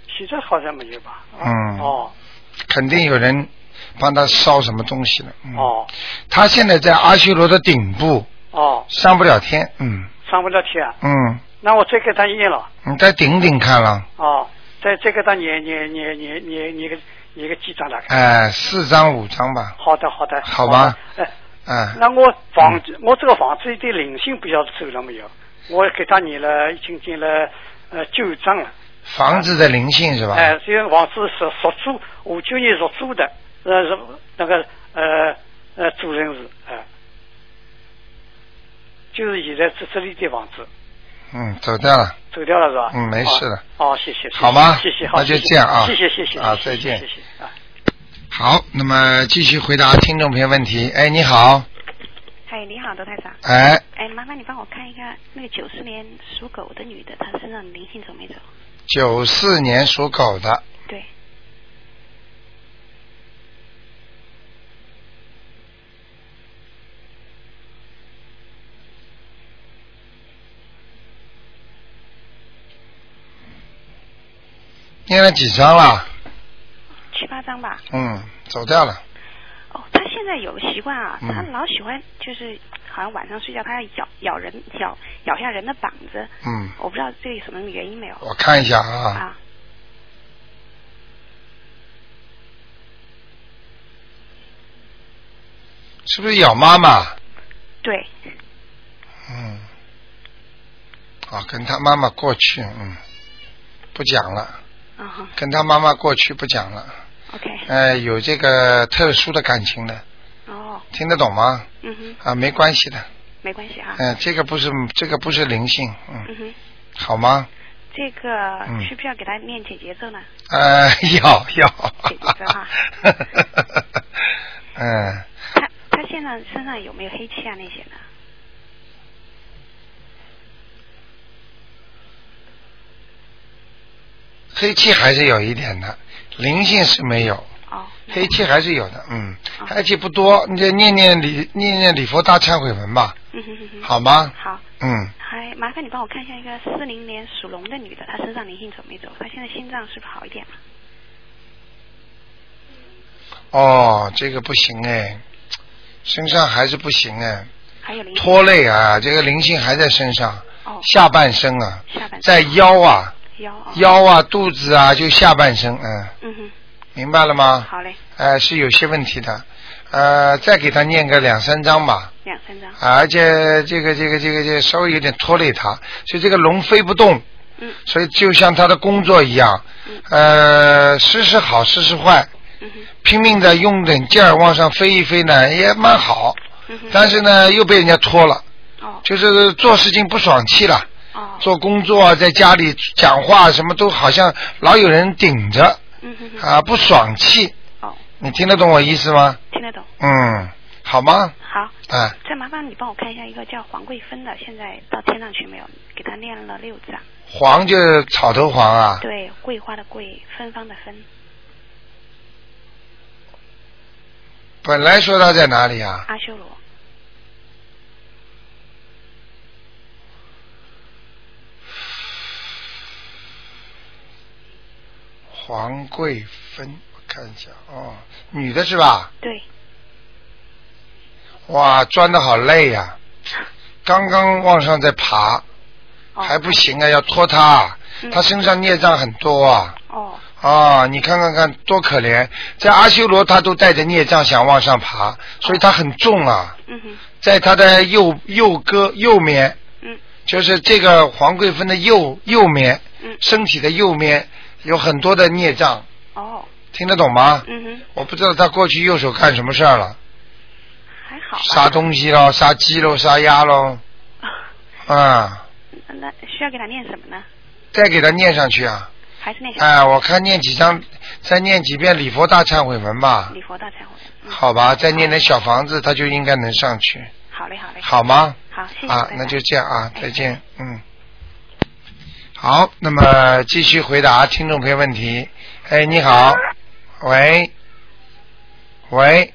Speaker 6: 现在好像没有吧？
Speaker 1: 嗯
Speaker 6: 哦
Speaker 1: 肯定有人帮他烧什么东西了。嗯、，
Speaker 6: 哦
Speaker 1: 他现在在阿修罗的顶部，
Speaker 6: 哦，
Speaker 1: 上不了天。嗯
Speaker 6: 上不了天啊，
Speaker 1: 嗯，
Speaker 6: 那我再给他念了，
Speaker 1: 你再顶顶看了，
Speaker 6: 哦，再再给他念念念念念念个念个几章大概。
Speaker 1: 哎，四张五张吧，
Speaker 6: 好的，好的，
Speaker 1: 好
Speaker 6: 吧
Speaker 1: 吧。
Speaker 6: 哎，
Speaker 1: 哎，
Speaker 6: 那我房子，我这个房子的灵性不晓得走了没有？我给他念了，已经念了呃九章了。
Speaker 1: 房子的灵性是吧？
Speaker 6: 哎，这个房子是属猪，五九年属猪的，呃，是那个呃呃主人是，哎、就是现在这这里的房子
Speaker 1: 嗯，走掉了。
Speaker 6: 走掉了是吧？
Speaker 1: 嗯没事了
Speaker 6: 哦，哦谢谢。谢谢
Speaker 1: 好吗
Speaker 6: 谢谢，好，
Speaker 1: 那就
Speaker 6: 谢谢
Speaker 1: 这样啊
Speaker 6: 谢谢，谢谢
Speaker 1: 啊
Speaker 6: 谢谢
Speaker 1: 再见
Speaker 6: 谢谢啊。
Speaker 1: 好，那么继续回答听众朋友问题。哎，你好，
Speaker 7: 嗨，你好，罗台长。
Speaker 1: 哎，
Speaker 7: 哎，麻烦你帮我看一看那个九四年属狗的女的，她身上灵性走没走？
Speaker 1: 九四年属狗的，
Speaker 7: 对，
Speaker 1: 念了几张了？
Speaker 7: 七八张吧。
Speaker 1: 嗯，走掉了。
Speaker 7: 哦，她现在有个习惯啊，
Speaker 1: 嗯
Speaker 7: 她老喜欢就是好像晚上睡觉，她要咬咬人，咬咬下人的膀子。
Speaker 1: 嗯，
Speaker 7: 我不知道这有什么原因没有
Speaker 1: 我看一下啊，
Speaker 7: 啊？
Speaker 1: 是不是咬妈妈？
Speaker 7: 对，
Speaker 1: 嗯，啊，跟他妈妈过去，嗯，不讲了，
Speaker 7: 嗯哼
Speaker 1: 跟他妈妈过去不讲了。
Speaker 7: ，OK，
Speaker 1: 哎，有这个特殊的感情的，
Speaker 7: 哦，
Speaker 1: 听得懂吗？
Speaker 7: 嗯哼，
Speaker 1: 啊，没关系的，
Speaker 7: 没关系啊，
Speaker 1: 嗯、这个不是这个不是灵性，嗯，
Speaker 7: 嗯哼，
Speaker 1: 好吗？
Speaker 7: 这个
Speaker 1: 嗯
Speaker 7: 需不需要给她念姐姐咒呢？
Speaker 1: 呃，要要
Speaker 7: 解决哈，
Speaker 1: 嗯，
Speaker 7: 她她现在身上有没有黑气啊那些呢？
Speaker 1: 黑气还是有一点的，灵性是没有，
Speaker 7: 哦，那
Speaker 1: 黑气还是有的，嗯，
Speaker 7: 哦
Speaker 1: 黑气不多，你就念念礼念念礼佛大忏悔文吧，
Speaker 7: 嗯哼嗯哼，
Speaker 1: 好吗？
Speaker 7: 好。
Speaker 1: 嗯，
Speaker 7: 还麻烦你帮我看一下一个四零年属龙的女的，她身上灵性走没走？她现在心脏是不是好一点了？
Speaker 1: 哦，这个不行哎，身上还是不行哎，
Speaker 7: 还有灵性
Speaker 1: 拖累啊，这个灵性还在身上，
Speaker 7: 哦，
Speaker 1: 下半身啊，
Speaker 7: 下半身
Speaker 1: 在腰啊、
Speaker 7: 腰啊、哦、
Speaker 1: 腰啊、肚子啊，就下半身，嗯，
Speaker 7: 嗯
Speaker 1: 明白了
Speaker 7: 哼，
Speaker 1: 吗？
Speaker 7: 好嘞，
Speaker 1: 呃，是有些问题的，呃，再给他念个两三章吧，
Speaker 7: 两三张，
Speaker 1: 啊而且这个这个这个这个稍微有点拖累他，所以这个龙飞不动，
Speaker 7: 嗯
Speaker 1: 所以就像他的工作一样，呃，时时好，时时坏，
Speaker 7: 嗯哼，
Speaker 1: 拼命的用点劲儿往上飞一飞呢，也蛮好。
Speaker 7: 嗯哼
Speaker 1: 但是呢，又被人家拖了，
Speaker 7: 哦
Speaker 1: 就是做事情不爽气了，
Speaker 7: 哦，
Speaker 1: 做工作啊，在家里讲话什么都好像老有人顶着
Speaker 7: 嗯哼哼，
Speaker 1: 啊，不爽气。
Speaker 7: 哦，
Speaker 1: 你听得懂我意思吗？
Speaker 7: 听得懂。
Speaker 1: 嗯，好吗？
Speaker 7: 好，
Speaker 1: 啊，
Speaker 7: 再麻烦你帮我看一下一个叫黄桂芬的，现在到天上去没有？给她念了六章。
Speaker 1: 黄就是草头黄啊，
Speaker 7: 对，桂花的桂，芬芳的芬，
Speaker 1: 本来说他在哪里啊？
Speaker 7: 阿修罗。
Speaker 1: 黄桂芬，我看一下哦，女的是吧？
Speaker 7: 对，
Speaker 1: 哇，钻的好累呀、刚刚往上在爬，
Speaker 7: 哦，
Speaker 1: 还不行啊，要拖她，
Speaker 7: 嗯
Speaker 1: 她身上孽障很多啊。
Speaker 7: 哦，
Speaker 1: 啊、你看看看，多可怜！在阿修罗，他都带着孽障想往上爬，所以他很重啊。
Speaker 7: 嗯哼，
Speaker 1: 在他的右右胳右面，
Speaker 7: 嗯
Speaker 1: 就是这个黄桂芬的右右面，
Speaker 7: 嗯，
Speaker 1: 身体的右面有很多的孽障，
Speaker 7: 哦，
Speaker 1: 听得懂吗？
Speaker 7: 嗯哼，
Speaker 1: 我不知道他过去右手干什么事儿了，
Speaker 7: 还好吧。
Speaker 1: 杀东西喽，杀鸡喽，杀鸭 喽，
Speaker 7: 啊
Speaker 1: 啊，
Speaker 7: 那需要给他念什么呢？
Speaker 1: 再给他念上去啊！
Speaker 7: 还是那些
Speaker 1: 哎，我看念几张，再念几遍礼佛大忏悔文吧，
Speaker 7: 礼佛大忏悔文？嗯，
Speaker 1: 好吧，再念点小房子，他就应该能上去，
Speaker 7: 好嘞，好嘞，
Speaker 1: 好吗？
Speaker 7: 好，谢哎谢，
Speaker 1: 啊
Speaker 7: 拜，拜
Speaker 1: 那就这样啊，再见，嗯。好，那么继续回答听众朋友问题。哎，你好，喂，喂，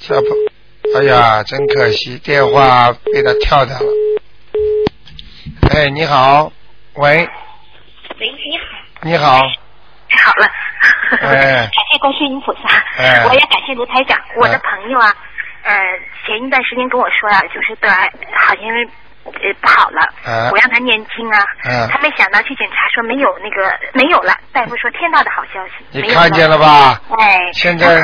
Speaker 1: 小朋，哎呀，真可惜，电话被他跳掉了。哎，你好，喂，
Speaker 8: 喂，你好，
Speaker 1: 你好，
Speaker 8: 太好了，
Speaker 1: 哎
Speaker 8: 感谢观世音菩萨，
Speaker 1: 哎
Speaker 8: 我也感谢卢台长，我的朋友啊，呃，前一段时间跟我说啊，就是得好像是呃不好了，
Speaker 1: 啊
Speaker 8: 我让他念经啊，
Speaker 1: 嗯
Speaker 8: 他没想到去检查说没有那个没有了，大夫说天大的好消息，
Speaker 1: 你
Speaker 8: 没有
Speaker 1: 看见了吧？
Speaker 8: 哎，
Speaker 1: 现在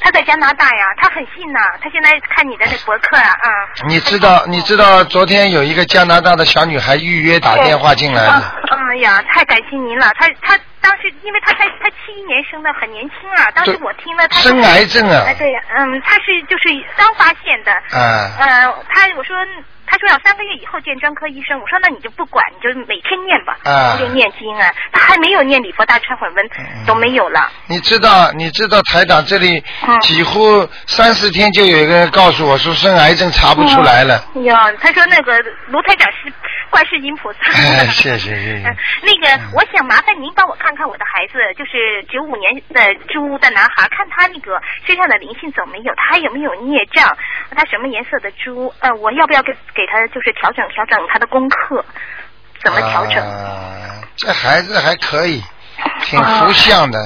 Speaker 8: 他在加拿大呀，他很信呐、他现在看你的那博客啊，啊，
Speaker 1: 你知道，你知道昨天有一个加拿大的小女孩预约打电话进来
Speaker 7: 哦
Speaker 1: 了。
Speaker 8: 哎呀，太感谢您了！他他当时，因为他才他七一年生的，很年轻啊。当时
Speaker 1: 对
Speaker 8: 我听了他
Speaker 1: 生癌症啊
Speaker 8: 哎，对，嗯，他是就是刚发现的。
Speaker 1: 啊，
Speaker 8: 呃，他我说他说要三个月以后见专科医生，我说那你就不管，你就每天念吧，
Speaker 1: 啊
Speaker 8: 就念经啊。他还没有念礼佛大忏悔文
Speaker 1: 嗯
Speaker 8: 都没有了。
Speaker 1: 你知道，你知道台长这里
Speaker 8: 嗯
Speaker 1: 几乎三四天就有一个人告诉我说生癌症查不出来了。
Speaker 8: 哎呀，他说那个卢台长是观世音菩萨。
Speaker 1: 哎谢谢谢谢
Speaker 8: 嗯那个
Speaker 1: 嗯，
Speaker 8: 我想麻烦您帮我看看我的孩子，就是九五年的猪的男孩，看他那个身上的灵性走没有，他还有没有孽障，他什么颜色的猪？呃，我要不要给给他就是调整调整他的功课？怎么调整？
Speaker 1: 啊？这孩子还可以，挺福相的，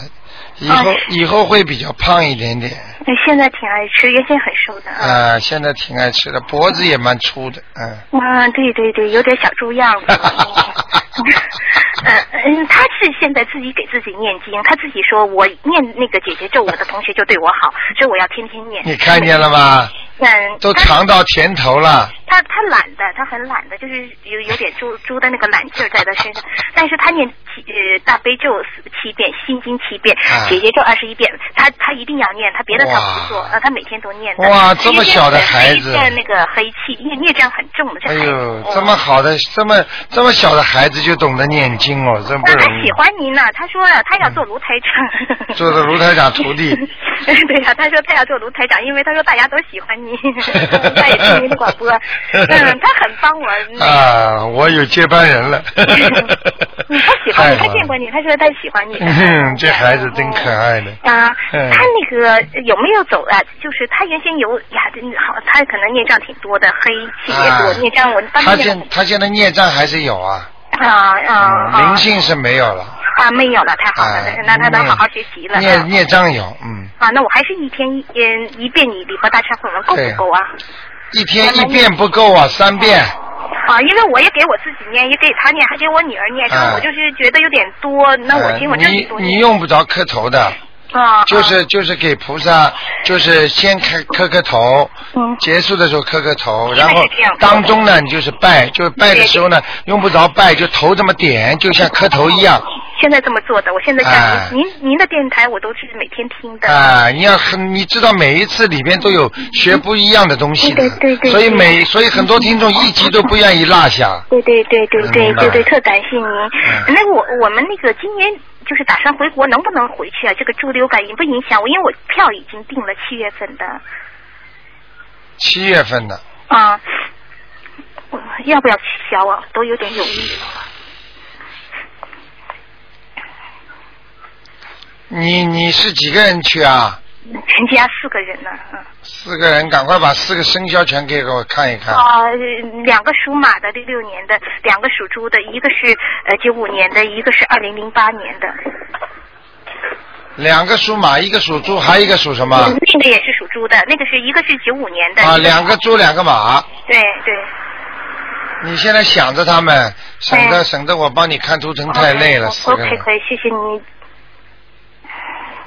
Speaker 1: 以后、
Speaker 8: 啊
Speaker 1: 以后会比较胖一点点。
Speaker 8: 嗯现在挺爱吃，原先很瘦的。
Speaker 1: 啊，现在挺爱吃的，脖子也蛮粗的，嗯。
Speaker 8: 啊，对对对，有点小猪样子。嗯嗯，他是现在自己给自己念经，他自己说我念那个姐姐咒，我的同学就对我好，所以我要天天念。
Speaker 1: 你看见了吗？
Speaker 8: 嗯，
Speaker 1: 都
Speaker 8: 他
Speaker 1: 尝到甜头了。
Speaker 8: 他他懒的，他很懒的，就是有有点猪猪的那个懒劲儿在他身上。但是他念七呃大悲咒四七遍，心经七遍
Speaker 1: 啊，
Speaker 8: 姐姐咒二十一遍，他他一定要念，他别的他
Speaker 1: 哇
Speaker 8: 不做，呃，他每天都念的。
Speaker 1: 哇这么小的孩子
Speaker 8: 一遍那个黑气，因为孽障很重的。这
Speaker 1: 哎
Speaker 8: 孩子
Speaker 1: 呦，
Speaker 8: 嗯
Speaker 1: 这么好的，这么这么小的孩子就懂得念经哦，真不
Speaker 8: 那他
Speaker 1: 容易
Speaker 8: 哎
Speaker 1: 嗯
Speaker 8: 喜。欢您呢，他说了，他要做卢台长。
Speaker 1: 做做卢台长徒弟。
Speaker 8: 对呀、他说他要做卢台长，因为他说大家都喜欢您，他也听您的广播，嗯，他很帮我。
Speaker 1: 啊，我有接班人了。
Speaker 8: 嗯他喜
Speaker 1: 太
Speaker 8: 欢你，
Speaker 1: 好
Speaker 8: 他
Speaker 1: 了
Speaker 8: 见过你，他说他喜欢你。
Speaker 1: 嗯，这孩子真可爱的。
Speaker 8: 啊，
Speaker 1: 嗯
Speaker 8: 他那个有没有走啊？就是他原先有呀，真好，他可能孽障挺多的，黑气也多，
Speaker 1: 啊
Speaker 8: 孽障我当
Speaker 1: 他
Speaker 8: 时
Speaker 1: 现他现在孽障还是有啊，
Speaker 8: 啊啊
Speaker 1: 嗯
Speaker 8: 啊
Speaker 1: 灵性是没有了。
Speaker 8: 啊没有了，太好了，
Speaker 1: 啊，
Speaker 8: 那他能
Speaker 1: 孽
Speaker 8: 好好学习了。
Speaker 1: 孽
Speaker 8: 啊
Speaker 1: 孽障有，嗯，
Speaker 8: 啊，那我还是一天一嗯一遍你礼佛大忏悔文够
Speaker 1: 对
Speaker 8: 不够啊？
Speaker 1: 一天一遍不够
Speaker 8: 哦
Speaker 1: 啊，三遍。
Speaker 8: 啊，因为我也给我自己念，也给他念，还给我女儿念，
Speaker 1: 啊
Speaker 8: 但我就是觉得有点多，那我
Speaker 1: 呃
Speaker 8: 听我这么
Speaker 1: 你
Speaker 8: 多
Speaker 1: 你
Speaker 8: 念。
Speaker 1: 用不着磕头的，
Speaker 8: 啊，
Speaker 1: 就是就是给菩萨，就是先磕磕磕头，
Speaker 8: 嗯
Speaker 1: 结束的时候磕磕头，
Speaker 8: 现在
Speaker 1: 然后
Speaker 8: 是这样
Speaker 1: 当中呢你就是拜，就是拜的时候呢用不着拜，就头这么点，就像磕头一样。
Speaker 8: 现在这么做的，我现在
Speaker 1: 哎
Speaker 8: 像您、您您的电台我都是每天听的。
Speaker 1: 啊，你要很，你知道每一次里边都有学不一样的东西的，
Speaker 8: 对对对
Speaker 1: 所以
Speaker 8: 对
Speaker 1: 每所以很多听众一集都不愿意落下。
Speaker 8: 对对对对对
Speaker 1: 嗯明白嗯
Speaker 8: 对对，特感谢您。那我我们那个今年就是打算回国，能不能回去啊？这个猪流感影不影响我？因为我票已经订了七月份的，
Speaker 1: 七月份的，
Speaker 8: 啊，我要不要取消啊？都有点犹豫。
Speaker 1: 你你是几个人去啊？
Speaker 8: 全家四个人呢，嗯，
Speaker 1: 四个人，赶快把四个生肖全给我看一看。
Speaker 8: 啊、两个属马的，六六年的，两个属猪的，一个是呃九五年的，一个是二零零八年的，
Speaker 1: 啊两个属马，一个属猪，还有一个属什么？
Speaker 8: 那个也是属猪的，那个是一个是九五年的，
Speaker 1: 啊，
Speaker 8: 一个
Speaker 1: 两个猪，两个马。
Speaker 8: 对对，
Speaker 1: 你现在想着他们，省得省得我帮你看图腾太累了，四个
Speaker 8: 哦 OK，
Speaker 1: 人
Speaker 8: 可以，谢谢您。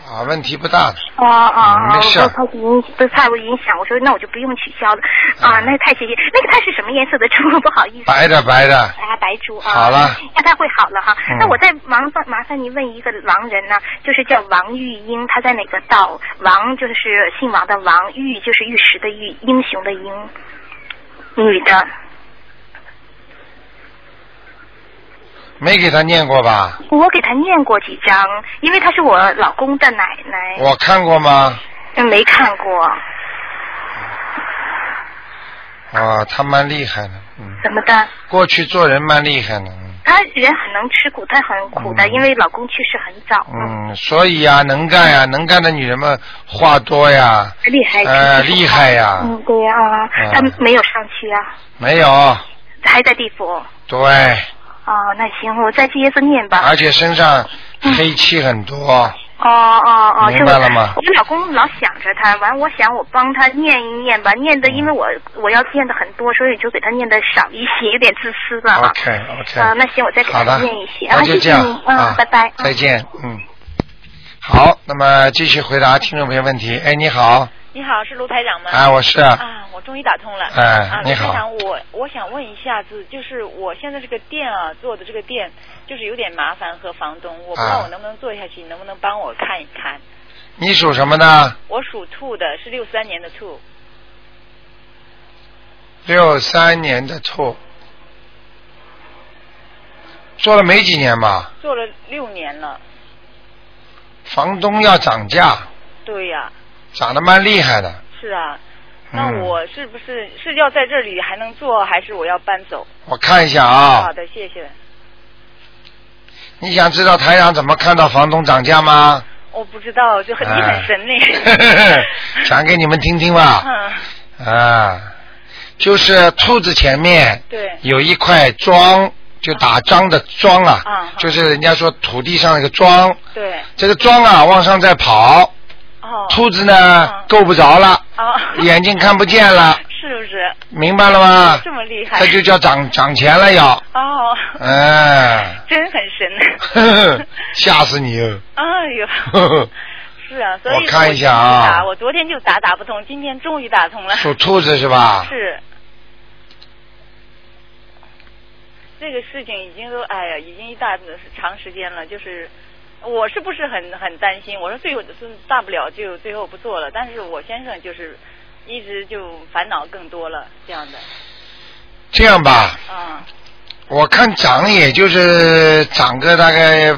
Speaker 1: 啊，问题不大的。
Speaker 8: 哦哦
Speaker 1: 嗯没
Speaker 8: 哦，
Speaker 1: 事
Speaker 8: 我怕影不怕我影响，我说那我就不用取消了。啊，那太谢谢。那个它是什么颜色的猪？ 不好意思。
Speaker 1: 嗯白的白的
Speaker 8: 啊，白猪啊。
Speaker 1: 好了。
Speaker 8: 那它会好了哈。
Speaker 1: 嗯
Speaker 8: 那我再麻烦麻烦您问一个狼人呢，就是叫王玉英，他在哪个道？王就是姓王的王，玉就是玉石的玉，英雄的英，女的。
Speaker 1: 没给他念过吧？
Speaker 8: 我给他念过几张，因为他是我老公的奶奶，
Speaker 1: 我看过吗？
Speaker 8: 嗯没看过。
Speaker 1: 啊，他蛮厉害的，嗯，
Speaker 8: 怎么的？
Speaker 1: 过去做人蛮厉害的，嗯
Speaker 8: 他人很能吃苦，他很苦的，
Speaker 1: 嗯
Speaker 8: 因为老公去世很早。
Speaker 1: 嗯，所以啊，能干呀、能干的女人们话多呀，
Speaker 8: 厉害。
Speaker 1: 呃，厉害呀、
Speaker 8: 嗯，对呀、啊，
Speaker 1: 啊
Speaker 8: 他没有上去啊，
Speaker 1: 没有，
Speaker 8: 还在地府。
Speaker 1: 对，
Speaker 8: 哦，那行，我再去耶稣念吧。
Speaker 1: 而且身上黑气很多，
Speaker 8: 哦哦哦，
Speaker 1: 明白了吗
Speaker 8: 就我我老公老想着他，完我想我帮他念一念吧，念的因为我我要念的很多，所以就给他念的少一些，有点自私了。啊
Speaker 1: OK OK，、
Speaker 8: 啊那行我再给他
Speaker 1: 好的
Speaker 8: 念一些啊
Speaker 1: 那就
Speaker 8: 谢谢
Speaker 1: 这样
Speaker 8: 你嗯
Speaker 1: 啊，
Speaker 8: 拜拜
Speaker 1: 再见，嗯。好，那么继续回答听众朋友问题。哎，你好，
Speaker 9: 你好，是卢台长吗？
Speaker 1: 啊，我是，哎、
Speaker 9: 啊，我终于打通了。啊，卢
Speaker 1: 你
Speaker 9: 台
Speaker 1: 好，
Speaker 9: 长，我我想问一下子，就是我现在这个店啊做的这个店，就是有点麻烦和房东，我不知
Speaker 1: 啊
Speaker 9: 道我能不能做下去，你能不能帮我看一看？
Speaker 1: 你属什么呢？
Speaker 9: 我属兔的，是六三年的兔。
Speaker 1: 六三年的兔，做了没几年吧？
Speaker 9: 做了六年了，
Speaker 1: 房东要涨价，
Speaker 9: 对呀、
Speaker 1: 涨得蛮厉害的。
Speaker 9: 是啊。那
Speaker 1: 嗯，
Speaker 9: 我是不是是要在这里还能做，还是我要搬走？
Speaker 1: 我看一下
Speaker 9: 好
Speaker 1: 啊，
Speaker 9: 的，谢谢。
Speaker 1: 你想知道台长怎么看到房东涨价吗？
Speaker 9: 我不知道，就很、你
Speaker 1: 哎
Speaker 9: 很神呢。
Speaker 1: 讲给你们哎听听吧。
Speaker 9: 嗯，
Speaker 1: 啊，就是兔子前面
Speaker 9: 对，
Speaker 1: 有一块庄，就打桩的桩啊
Speaker 9: 啊，
Speaker 1: 就是人家说土地上那个桩，
Speaker 9: 对，
Speaker 1: 这个桩啊往上在跑，
Speaker 9: 哦，
Speaker 1: 兔子呢
Speaker 9: 嗯
Speaker 1: 够不着 了，
Speaker 9: 哦，
Speaker 1: 眼睛看不见了，
Speaker 9: 是不是
Speaker 1: 明白了吗？
Speaker 9: 这么厉害
Speaker 1: 这？就叫涨涨钱了要，
Speaker 9: 哦，
Speaker 1: 哎，
Speaker 9: 真很神。
Speaker 1: 呵呵吓死你 哦！
Speaker 9: 哎 呦，
Speaker 1: 呵呵
Speaker 9: 是啊，所以
Speaker 1: 我看一下啊
Speaker 9: 我昨天就打打不通，今天终于打通了。
Speaker 1: 属兔子是吧？
Speaker 9: 是。这个事情已经都哎呀，已经一大长时间了，就是我是不是很很担心？我说最后是大不了就最后不做了，但是我先生就是一直就烦恼更多了这样的，
Speaker 1: 这样吧，
Speaker 9: 嗯，
Speaker 1: 我看涨也就是涨个大概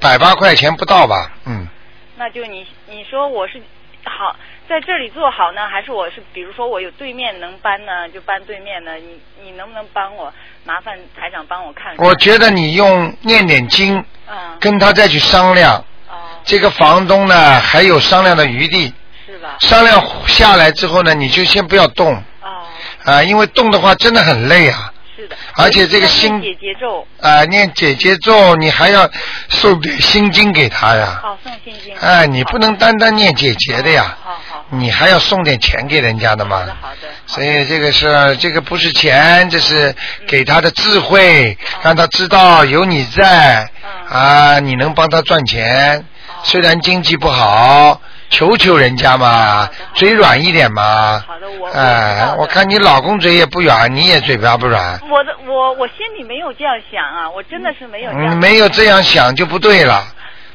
Speaker 1: 百八块钱不到吧，嗯，
Speaker 9: 那就你你说我是好在这里做好呢，还是我是比如说我有对面能搬呢，就搬对面呢？你你能不能帮我？麻烦台长帮我看看。
Speaker 1: 我觉得你用念点经
Speaker 9: 嗯
Speaker 1: 跟他再去商量，
Speaker 9: 哦
Speaker 1: 这个房东呢还有商量的余地，
Speaker 9: 是吧？
Speaker 1: 商量下来之后呢，你就先不要动啊、
Speaker 9: 哦
Speaker 1: 因为动的话真的很累啊，
Speaker 9: 是的。
Speaker 1: 而且这个心
Speaker 9: 解节奏
Speaker 1: 啊、念姐姐咒你还要送点心经给他呀，
Speaker 9: 哦，送心经。
Speaker 1: 哎，你不能单单念姐姐的呀，
Speaker 9: 好好好
Speaker 1: 你还要送点钱给人家的嘛，
Speaker 9: 好的好的。
Speaker 1: 所以这个是这个不是钱，这是给他的智慧，让他知道有你在
Speaker 9: 嗯哦
Speaker 1: 啊，你能帮他赚钱，虽然经济不好，求求人家嘛，嘴软一点嘛。好的，我哎，我看你老公嘴也不软，你也嘴巴不软，
Speaker 9: 我的我我心里没有这样想啊，我真的是没有这样
Speaker 1: 你嗯
Speaker 9: 想。
Speaker 1: 没有这样想就不对了。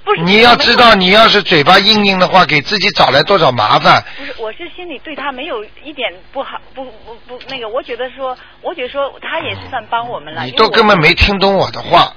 Speaker 9: 不是
Speaker 1: 你要知道，
Speaker 9: 我没
Speaker 1: 你
Speaker 9: 有
Speaker 1: 要是嘴巴硬硬的话，给自己找来多少麻烦。
Speaker 9: 不是，我是心里对他没有一点不好，不不不那个，我觉得说，我觉得说他也是算帮我们啊
Speaker 1: 嗯
Speaker 9: 了。
Speaker 1: 你
Speaker 9: 因为
Speaker 1: 都
Speaker 9: 我
Speaker 1: 根本没听懂我的话，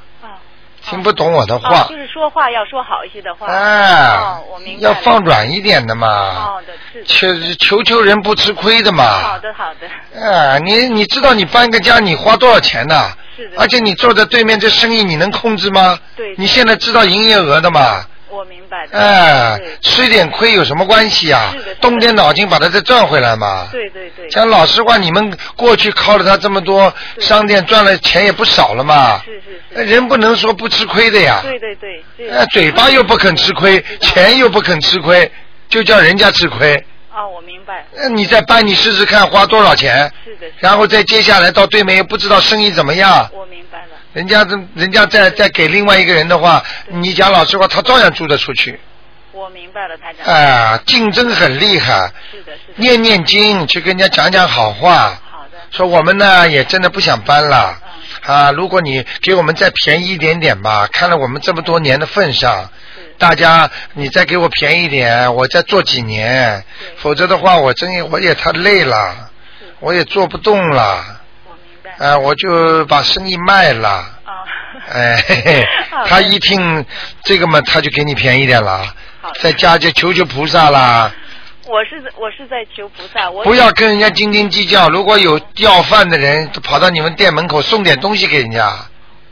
Speaker 1: 听不懂我的
Speaker 9: 哦
Speaker 1: 话，
Speaker 9: 就是说话要说好一些的话。
Speaker 1: 哎
Speaker 9: 哦，我明白
Speaker 1: 要
Speaker 9: 了。
Speaker 1: 放软一点的嘛。
Speaker 9: 好的，是的。
Speaker 1: 求求求人不吃亏的
Speaker 9: 好
Speaker 1: 嘛。
Speaker 9: 的，好的，
Speaker 1: 哎，你你知道你搬个家你花多少钱呢、
Speaker 9: 是的。
Speaker 1: 而且你坐在对面这生意你能控制吗？
Speaker 9: 对
Speaker 1: 你现在知道营业额的嘛？
Speaker 9: 我明白的。
Speaker 1: 哎
Speaker 9: 对，
Speaker 1: 吃点亏有什么关系啊
Speaker 9: 是的是？的
Speaker 1: 动点脑筋把它再赚回来嘛。
Speaker 9: 对对对。
Speaker 1: 讲老实话，你们过去靠着他这么多商店赚了钱也不少了嘛。
Speaker 9: 是是
Speaker 1: 那人不能说不吃亏的呀。
Speaker 9: 对对对。对
Speaker 1: 那哎嘴巴又不肯吃亏，钱又不肯吃亏，就叫人家吃亏。
Speaker 9: 哦，我明白。
Speaker 1: 那你再搬，你试试看花多少钱，
Speaker 9: 是的。
Speaker 1: 然后再接下来到对面又不知道生意怎么样，
Speaker 9: 我明白了。
Speaker 1: 人家这人家再再给另外一个人的话，你讲老实话，他照样租得出去。
Speaker 9: 我明白了，台长。
Speaker 1: 啊，竞争很厉害。
Speaker 9: 是的，是的。
Speaker 1: 念念经，去跟人家讲讲好话。
Speaker 9: 嗯
Speaker 1: 说我们呢也真的不想搬了，啊，如果你给我们再便宜一点点吧，看了我们这么多年的份上，大家你再给我便宜一点，我再做几年，否则的话我真也我也太累了，我也做不动了，啊，我就把生意卖了。哎，嘿嘿
Speaker 9: 哦好的
Speaker 1: 他一听这个嘛，他就给你便宜点了，在家就求求菩萨啦。
Speaker 9: 我是在我是在求菩萨，我
Speaker 1: 不要跟人家斤斤计较。如果有要饭的人跑到你们店门口送点东西给人家，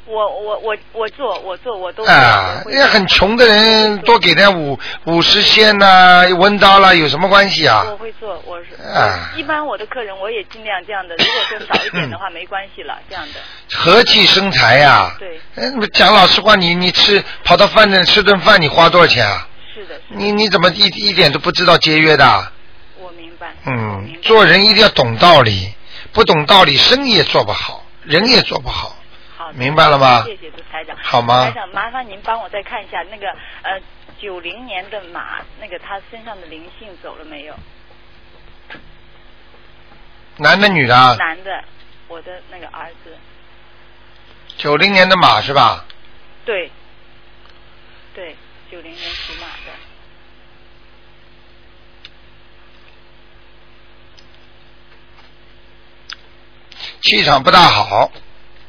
Speaker 9: 我我我我做我做我都
Speaker 1: 啊，人家很穷的人多给点五五十仙呐、温刀啦，有什么关系啊？
Speaker 9: 我会做，我是、
Speaker 1: 啊
Speaker 9: 一般我的客人我也尽量这样的，如果说少一点 的话没关系了，这样的。
Speaker 1: 和气生财呀、
Speaker 9: 对，
Speaker 1: 嗯，讲老实话，你你吃跑到饭店吃顿饭，你花多少钱啊？
Speaker 9: 是的，
Speaker 1: 你你怎么一一点都不知道节约的啊？
Speaker 9: 我明白。
Speaker 1: 嗯，做人一定要懂道理，不懂道理，生意也做不好，人也做不好。
Speaker 9: 好的，
Speaker 1: 明白了吗
Speaker 9: 谢谢卢台长。
Speaker 1: 好吗
Speaker 9: 台长，麻烦您帮我再看一下那个呃九零年的马，那个他身上的灵性走了没有？
Speaker 1: 男的女的啊？
Speaker 9: 男的，我的那个儿子，
Speaker 1: 九零年的马是吧？
Speaker 9: 对，对，九零年属马的。
Speaker 1: 气场不大好，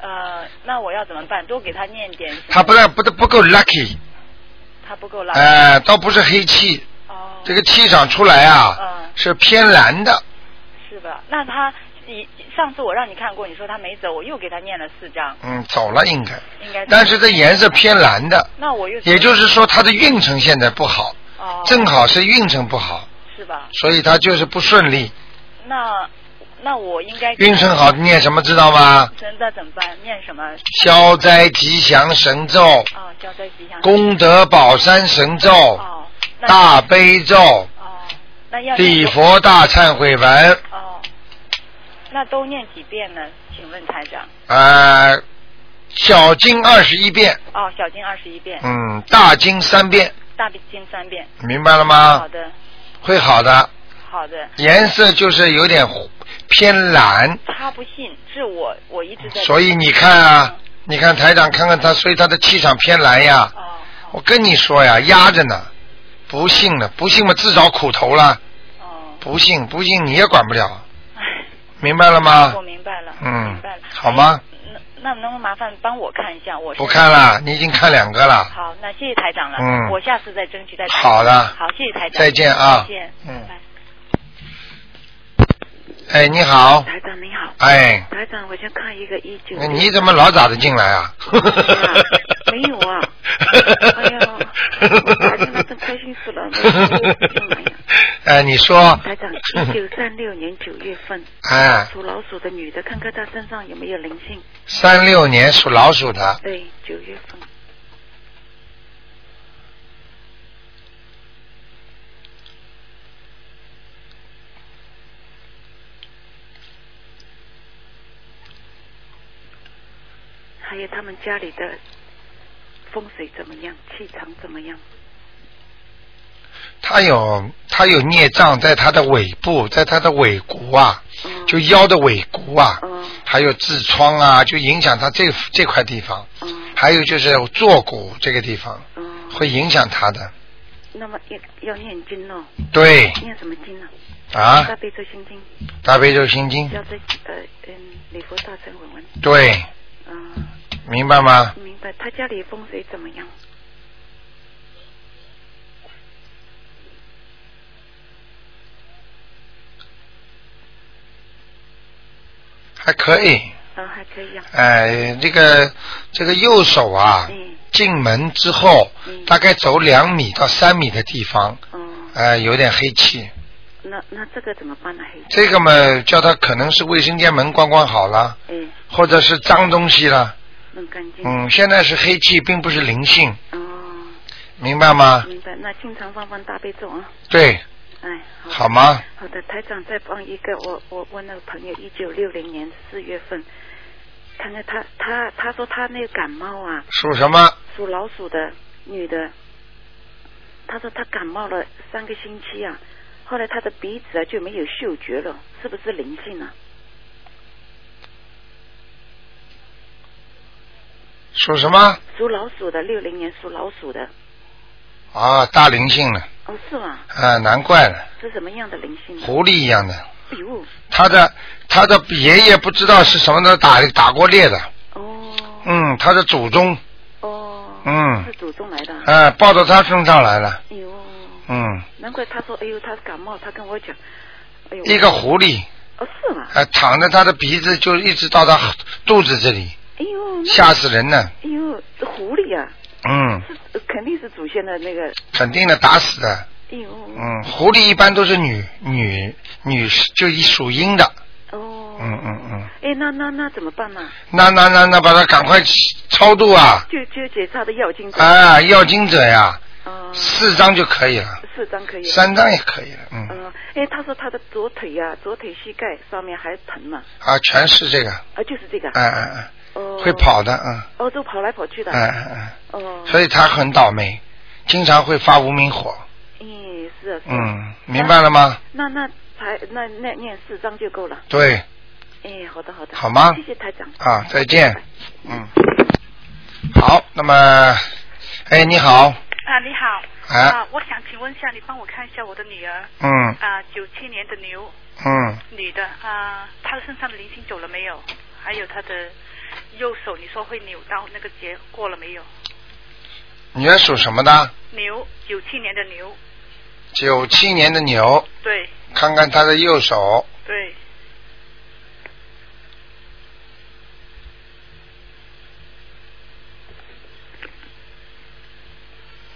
Speaker 9: 呃，那我要怎么办？多给他念点。
Speaker 1: 他不大不不够 lucky，
Speaker 9: 他不够拉。
Speaker 1: 哎、倒不是黑气，
Speaker 9: 哦
Speaker 1: 这个气场出来啊，
Speaker 9: 嗯
Speaker 1: 是偏蓝的，
Speaker 9: 是吧？那他你上次我让你看过，你说他没走，我又给他念了四张，
Speaker 1: 嗯，走了应该，
Speaker 9: 应该。
Speaker 1: 但是这颜色偏蓝的，
Speaker 9: 那我又
Speaker 1: 也就是说他的运程现在不好，
Speaker 9: 哦
Speaker 1: 正好是运程不好，
Speaker 9: 是吧？
Speaker 1: 所以他就是不顺利。
Speaker 9: 那那我应该
Speaker 1: 运程好念什么知道吗？
Speaker 9: 那那怎么办？念什么？
Speaker 1: 消灾吉祥神咒，
Speaker 9: 哦，消灾吉祥。哦
Speaker 1: 功德宝山神咒，
Speaker 9: 那哦
Speaker 1: 大悲咒，
Speaker 9: 那要念
Speaker 1: 礼佛大忏悔文。
Speaker 9: 哦，那都念几遍呢？请问台长。
Speaker 1: 呃，小经二十一遍，
Speaker 9: 哦，小经二十一遍。。
Speaker 1: 嗯，大经三遍，
Speaker 9: 大悲经三遍。
Speaker 1: 明白了吗
Speaker 9: 好的，
Speaker 1: 会好的。
Speaker 9: 好的。
Speaker 1: 颜色就是有点偏蓝，
Speaker 9: 他不信，是我我一直在。
Speaker 1: 所以你看啊，你看台长看看他，所以他的气场偏蓝呀。我跟你说呀，压着呢，不信了，不信嘛自找苦头了。不信，不信你也管不了，明白了吗
Speaker 9: 我？明白了。
Speaker 1: 嗯
Speaker 9: 明白了，。
Speaker 1: 好吗？
Speaker 9: 那那能不能麻烦帮我看一下？我是
Speaker 1: 不看了，你已经看两个了。
Speaker 9: 好，那谢谢台长了。
Speaker 1: 嗯
Speaker 9: 我下次再争取再打。
Speaker 1: 好的
Speaker 9: 好，谢谢台长。
Speaker 1: 再见啊
Speaker 9: 再见。
Speaker 1: 嗯。哎，你好，
Speaker 10: 台长你好。
Speaker 1: 哎
Speaker 10: 台长，我想看一个一九。
Speaker 1: 那你怎么老打着进来啊？
Speaker 10: 没有 啊。哎呀，打进来真开心死了。
Speaker 1: 哎，你说，
Speaker 10: 台长，一九三六年九月份，
Speaker 1: 哎，
Speaker 10: 属老鼠的女的，看看她身上有没有灵性。
Speaker 1: 三六年属老鼠的，
Speaker 10: 对，九月份。还有他们家里的风水怎么样，气场怎么样？
Speaker 1: 他有他有孽障在他的尾部，在他的尾骨啊，
Speaker 10: 嗯
Speaker 1: 就腰的尾骨啊，还有痔疮啊，就影响他这这块地方。
Speaker 10: 嗯
Speaker 1: 还有就是坐骨这个地方，会影响他的。
Speaker 10: 那么要要念经哦。
Speaker 1: 对
Speaker 10: 念什么经呢？
Speaker 1: 啊
Speaker 10: 大悲咒心经。
Speaker 1: 大悲咒心经
Speaker 10: 要这呃嗯，礼佛大忏悔文。
Speaker 1: 对。
Speaker 10: 嗯
Speaker 1: 明白吗？
Speaker 10: 明白。他家里风水怎么样？
Speaker 1: 还可以。
Speaker 10: 啊，还可以啊。
Speaker 1: 哎，这个这个右手啊，
Speaker 10: 嗯
Speaker 1: 进门之后，大概走两米到三米的地方，
Speaker 10: 嗯
Speaker 1: 哎，有点黑气。
Speaker 10: 那那这个怎么办呢？还
Speaker 1: 这个嘛，叫他可能是卫生间门关关好了，
Speaker 10: 嗯，
Speaker 1: 或者是脏东西了，
Speaker 10: 弄干净。哦
Speaker 1: 嗯，现在是黑气，并不是灵性。明白吗？
Speaker 10: 明白。那经常放放大悲咒啊。
Speaker 1: 对，
Speaker 10: 哎，
Speaker 1: 好吗？
Speaker 10: 好的，台长再帮一个我我我那个朋友，一九六零年四月份，看看他他他说他那个感冒啊，
Speaker 1: 属什么？
Speaker 10: 属老鼠的女的，她说她感冒了三个星期啊，后来她的鼻子啊就没有嗅觉了，是不是灵性啊？
Speaker 1: 属什么？
Speaker 10: 属老鼠的，六零年属老鼠的，
Speaker 1: 啊，大灵性了，
Speaker 10: 哦是吗？
Speaker 1: 啊，难怪了，
Speaker 10: 是什么样的灵性呢？
Speaker 1: 狐狸一样的。
Speaker 10: 哎呦，
Speaker 1: 他的他的爷爷不知道是什么的打打过猎的。哦。嗯，他的祖宗。哦。嗯。
Speaker 10: 是祖宗来的啊。
Speaker 1: 哎，抱到他身上来了。
Speaker 10: 哎呦，
Speaker 1: 嗯，
Speaker 10: 难怪她说，哎呦，她感冒，她跟我讲，哎呦，
Speaker 1: 一个狐狸，
Speaker 10: 哦是吗？
Speaker 1: 哎，躺在他的鼻子就一直到他肚子这里，
Speaker 10: 哎呦，那
Speaker 1: 吓死人了。
Speaker 10: 哎呦，这狐狸啊，
Speaker 1: 嗯，
Speaker 10: 呃肯定是祖先的那个。
Speaker 1: 肯定的，打死的。
Speaker 10: 哎呦，
Speaker 1: 嗯，狐狸一般都是女女女，就一属阴的。哦。嗯嗯嗯，
Speaker 10: 哎，那那那怎么办呢？
Speaker 1: 那那那那，把它赶快超度啊！
Speaker 10: 就就解他的药精。
Speaker 1: 啊，要经者呀，四张就哦可以了，
Speaker 10: 四张可以。
Speaker 1: 三张也可以了，嗯
Speaker 10: 嗯，哎，他说他的左腿呀、左腿膝盖上面还疼嘛，
Speaker 1: 啊，全是这个，
Speaker 10: 啊，就是这个。
Speaker 1: 嗯嗯嗯，会跑的，嗯
Speaker 10: 哦，都跑来跑去的。
Speaker 1: 嗯嗯
Speaker 10: 哦
Speaker 1: 嗯，，所以他很倒霉，经常会发无名火，
Speaker 10: 嗯，是啊。是啊
Speaker 1: 嗯，明白了吗？？
Speaker 10: 那那才那那念四张就够了。
Speaker 1: 对，
Speaker 10: 哎，好的好的。
Speaker 1: 好吗
Speaker 10: 谢谢台长。
Speaker 1: 啊，再见，嗯，好，那么，哎，你好，
Speaker 11: 啊，你好。
Speaker 1: 哎
Speaker 11: 啊，我想请问一下，你帮我看一下我的女儿。
Speaker 1: 嗯
Speaker 11: 啊，九七年的牛。
Speaker 1: 嗯。
Speaker 11: 女的啊，她的身上的灵性走了没有？还有她的右手，你说会扭到那个结过了没有？
Speaker 1: 你是属什么的？
Speaker 11: 牛，九七年的牛。
Speaker 1: 九七年的牛，
Speaker 11: 对
Speaker 1: 看看他的右手，
Speaker 11: 对，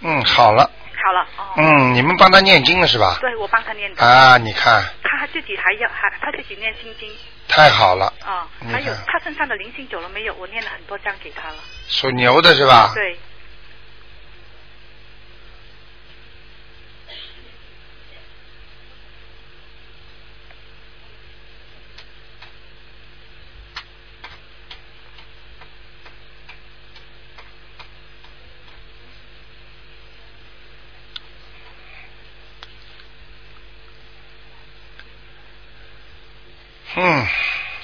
Speaker 1: 嗯，好了，
Speaker 11: 好了哦。
Speaker 1: 嗯，你们帮他念经了是吧？
Speaker 11: 对，我帮她念的。
Speaker 1: 啊，你看，
Speaker 11: 她自己还要还她自己念心经
Speaker 1: 太好了，
Speaker 11: 啊，
Speaker 1: 你
Speaker 11: 还有
Speaker 1: 看
Speaker 11: 她身上的灵性走了没有？我念了很多章给她了。
Speaker 1: 属牛的是吧？
Speaker 11: 对，
Speaker 1: 嗯，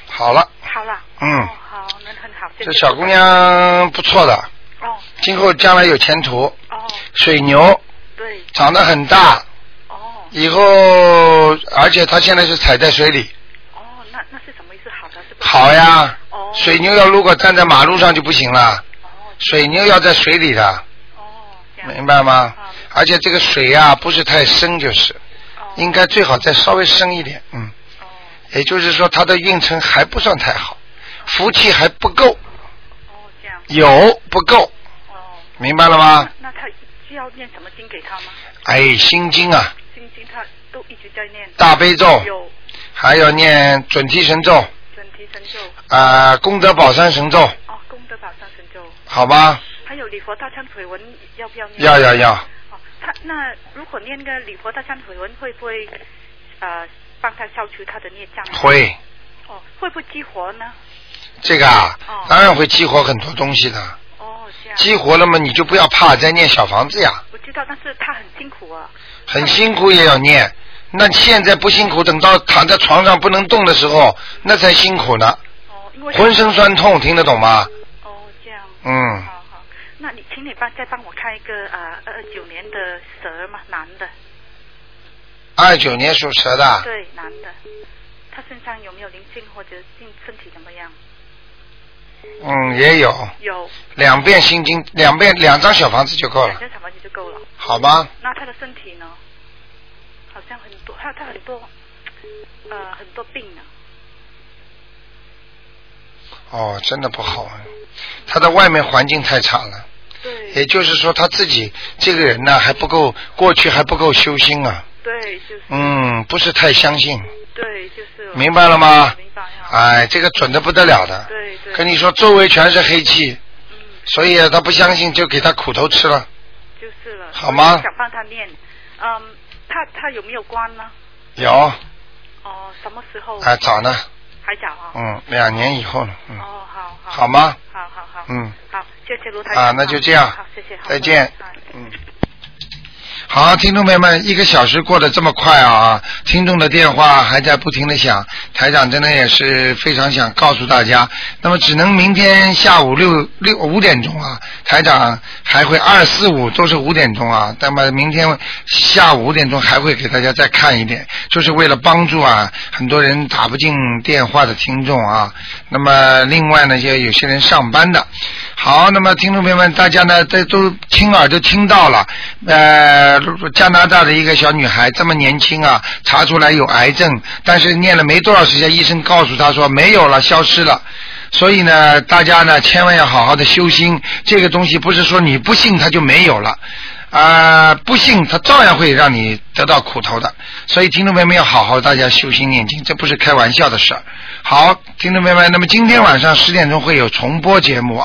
Speaker 1: 好了，
Speaker 11: 好了。
Speaker 1: 嗯
Speaker 11: 哦，好，那很好。谢谢
Speaker 1: 这小姑娘不错的，
Speaker 11: 哦，
Speaker 1: 今后将来有前途。
Speaker 11: 哦，
Speaker 1: 水牛，
Speaker 11: 对，
Speaker 1: 长得很大。
Speaker 11: 哦。
Speaker 1: 以后，而且它现在是踩在水里。
Speaker 11: 哦，那那是什么意思？好的，是不哦是？
Speaker 1: 好呀。水牛要如果站在马路上就不行了。
Speaker 11: 哦
Speaker 1: 水牛要在水里的。明白吗？
Speaker 11: 嗯
Speaker 1: 而且这个水呀、不是太深，就是，
Speaker 11: 哦
Speaker 1: 应该最好再稍微深一点，嗯。也就是说，它的运程还不算太
Speaker 11: 哦
Speaker 1: 好，福气还不够。有不够。
Speaker 11: 哦
Speaker 1: 明白了吗？
Speaker 11: 啊那他需要念什么经给他吗？
Speaker 1: 哎，心经啊，
Speaker 11: 心经他都一直在念。
Speaker 1: 大悲咒
Speaker 11: 有
Speaker 1: 还要念准提神咒。
Speaker 11: 准提神咒、哦
Speaker 1: 啊、功德宝山神咒，
Speaker 11: 功德宝山神咒，
Speaker 1: 好吧？
Speaker 11: 还有礼佛大忏悔文，要不要念？哦
Speaker 1: 要要要，
Speaker 11: 他那如果念个礼佛大忏悔文，会不会呃帮他消除他的孽障？
Speaker 1: 会。
Speaker 11: 哦，会不会激活呢？
Speaker 1: 这个啊，当
Speaker 11: 哦啊
Speaker 1: 然会激活很多东西的。哦，激活了嘛，你就不要怕再念小房子呀。
Speaker 11: 我知道，但是他很辛苦啊。
Speaker 1: 很辛苦也要念。那现在不辛苦，等到躺在床上不能动的时候，那才辛苦呢。浑身酸痛，听得懂吗？
Speaker 11: 哦，这样。
Speaker 1: 嗯，
Speaker 11: 那你请你帮再帮我看一个啊，二九年的蛇嘛，男的。
Speaker 1: 二九年属蛇的，
Speaker 11: 对，男的。他身上有没有灵性或者性身体怎么样？
Speaker 1: 嗯，也有
Speaker 11: 有。
Speaker 1: 两遍心经，两遍两张小房子就够了
Speaker 11: 两，间小房子就够了。
Speaker 1: 好吗？
Speaker 11: 那他的身体呢？好像很多，他他很多，呃，很多病呢。
Speaker 1: 哦，真的不好啊，他的外面环境太差了。也就是说，他自己这个人呢，还不够，过去还不够修心啊。
Speaker 11: 对，就是。
Speaker 1: 嗯，不是太相信。
Speaker 11: 对，就是。
Speaker 1: 明白了吗？哎，这个准的不得了的。
Speaker 11: 对对。嗯
Speaker 1: 跟你说，周围全是黑气，所以啊他不相信，就给他苦头吃了。
Speaker 11: 就是了。
Speaker 1: 好吗
Speaker 11: 我呃也想帮他念，嗯，他他有没有关呢？
Speaker 1: 有啊、
Speaker 11: 哦，什么时候？
Speaker 1: 早呢，
Speaker 11: 还早啊。
Speaker 1: 嗯，两年以后呢，嗯，
Speaker 11: 哦，好好。
Speaker 1: 好吗？
Speaker 11: 好好好。
Speaker 1: 嗯。
Speaker 11: 好，谢谢卢台长。
Speaker 1: 啊，那就这样
Speaker 11: 好，谢谢。好
Speaker 1: 再见。嗯。好，听众朋友们，一个小时过得这么快啊！听众的电话还在不停的响，台长真的也是非常想告诉大家，那么只能明天下午六六五点钟啊，台长还会二四五都是五点钟啊，那么明天下午五点钟还会给大家再看一遍，就是为了帮助啊很多人打不进电话的听众啊，那么另外呢，就有些人上班的，好，那么听众朋友们，大家呢这都亲耳就听到了，呃，加拿大的一个小女孩这么年轻啊，查出来有癌症，但是念了没多少时间，医生告诉她说没有了，消失了。所以呢，大家呢千万要好好的修心，这个东西不是说你不信它就没有了。啊、不信它照样会让你得到苦头的，所以听众朋友们要好好大家修心念经，这不是开玩笑的事儿。好，听众朋友们，那么今天晚上十点钟会有重播节目啊。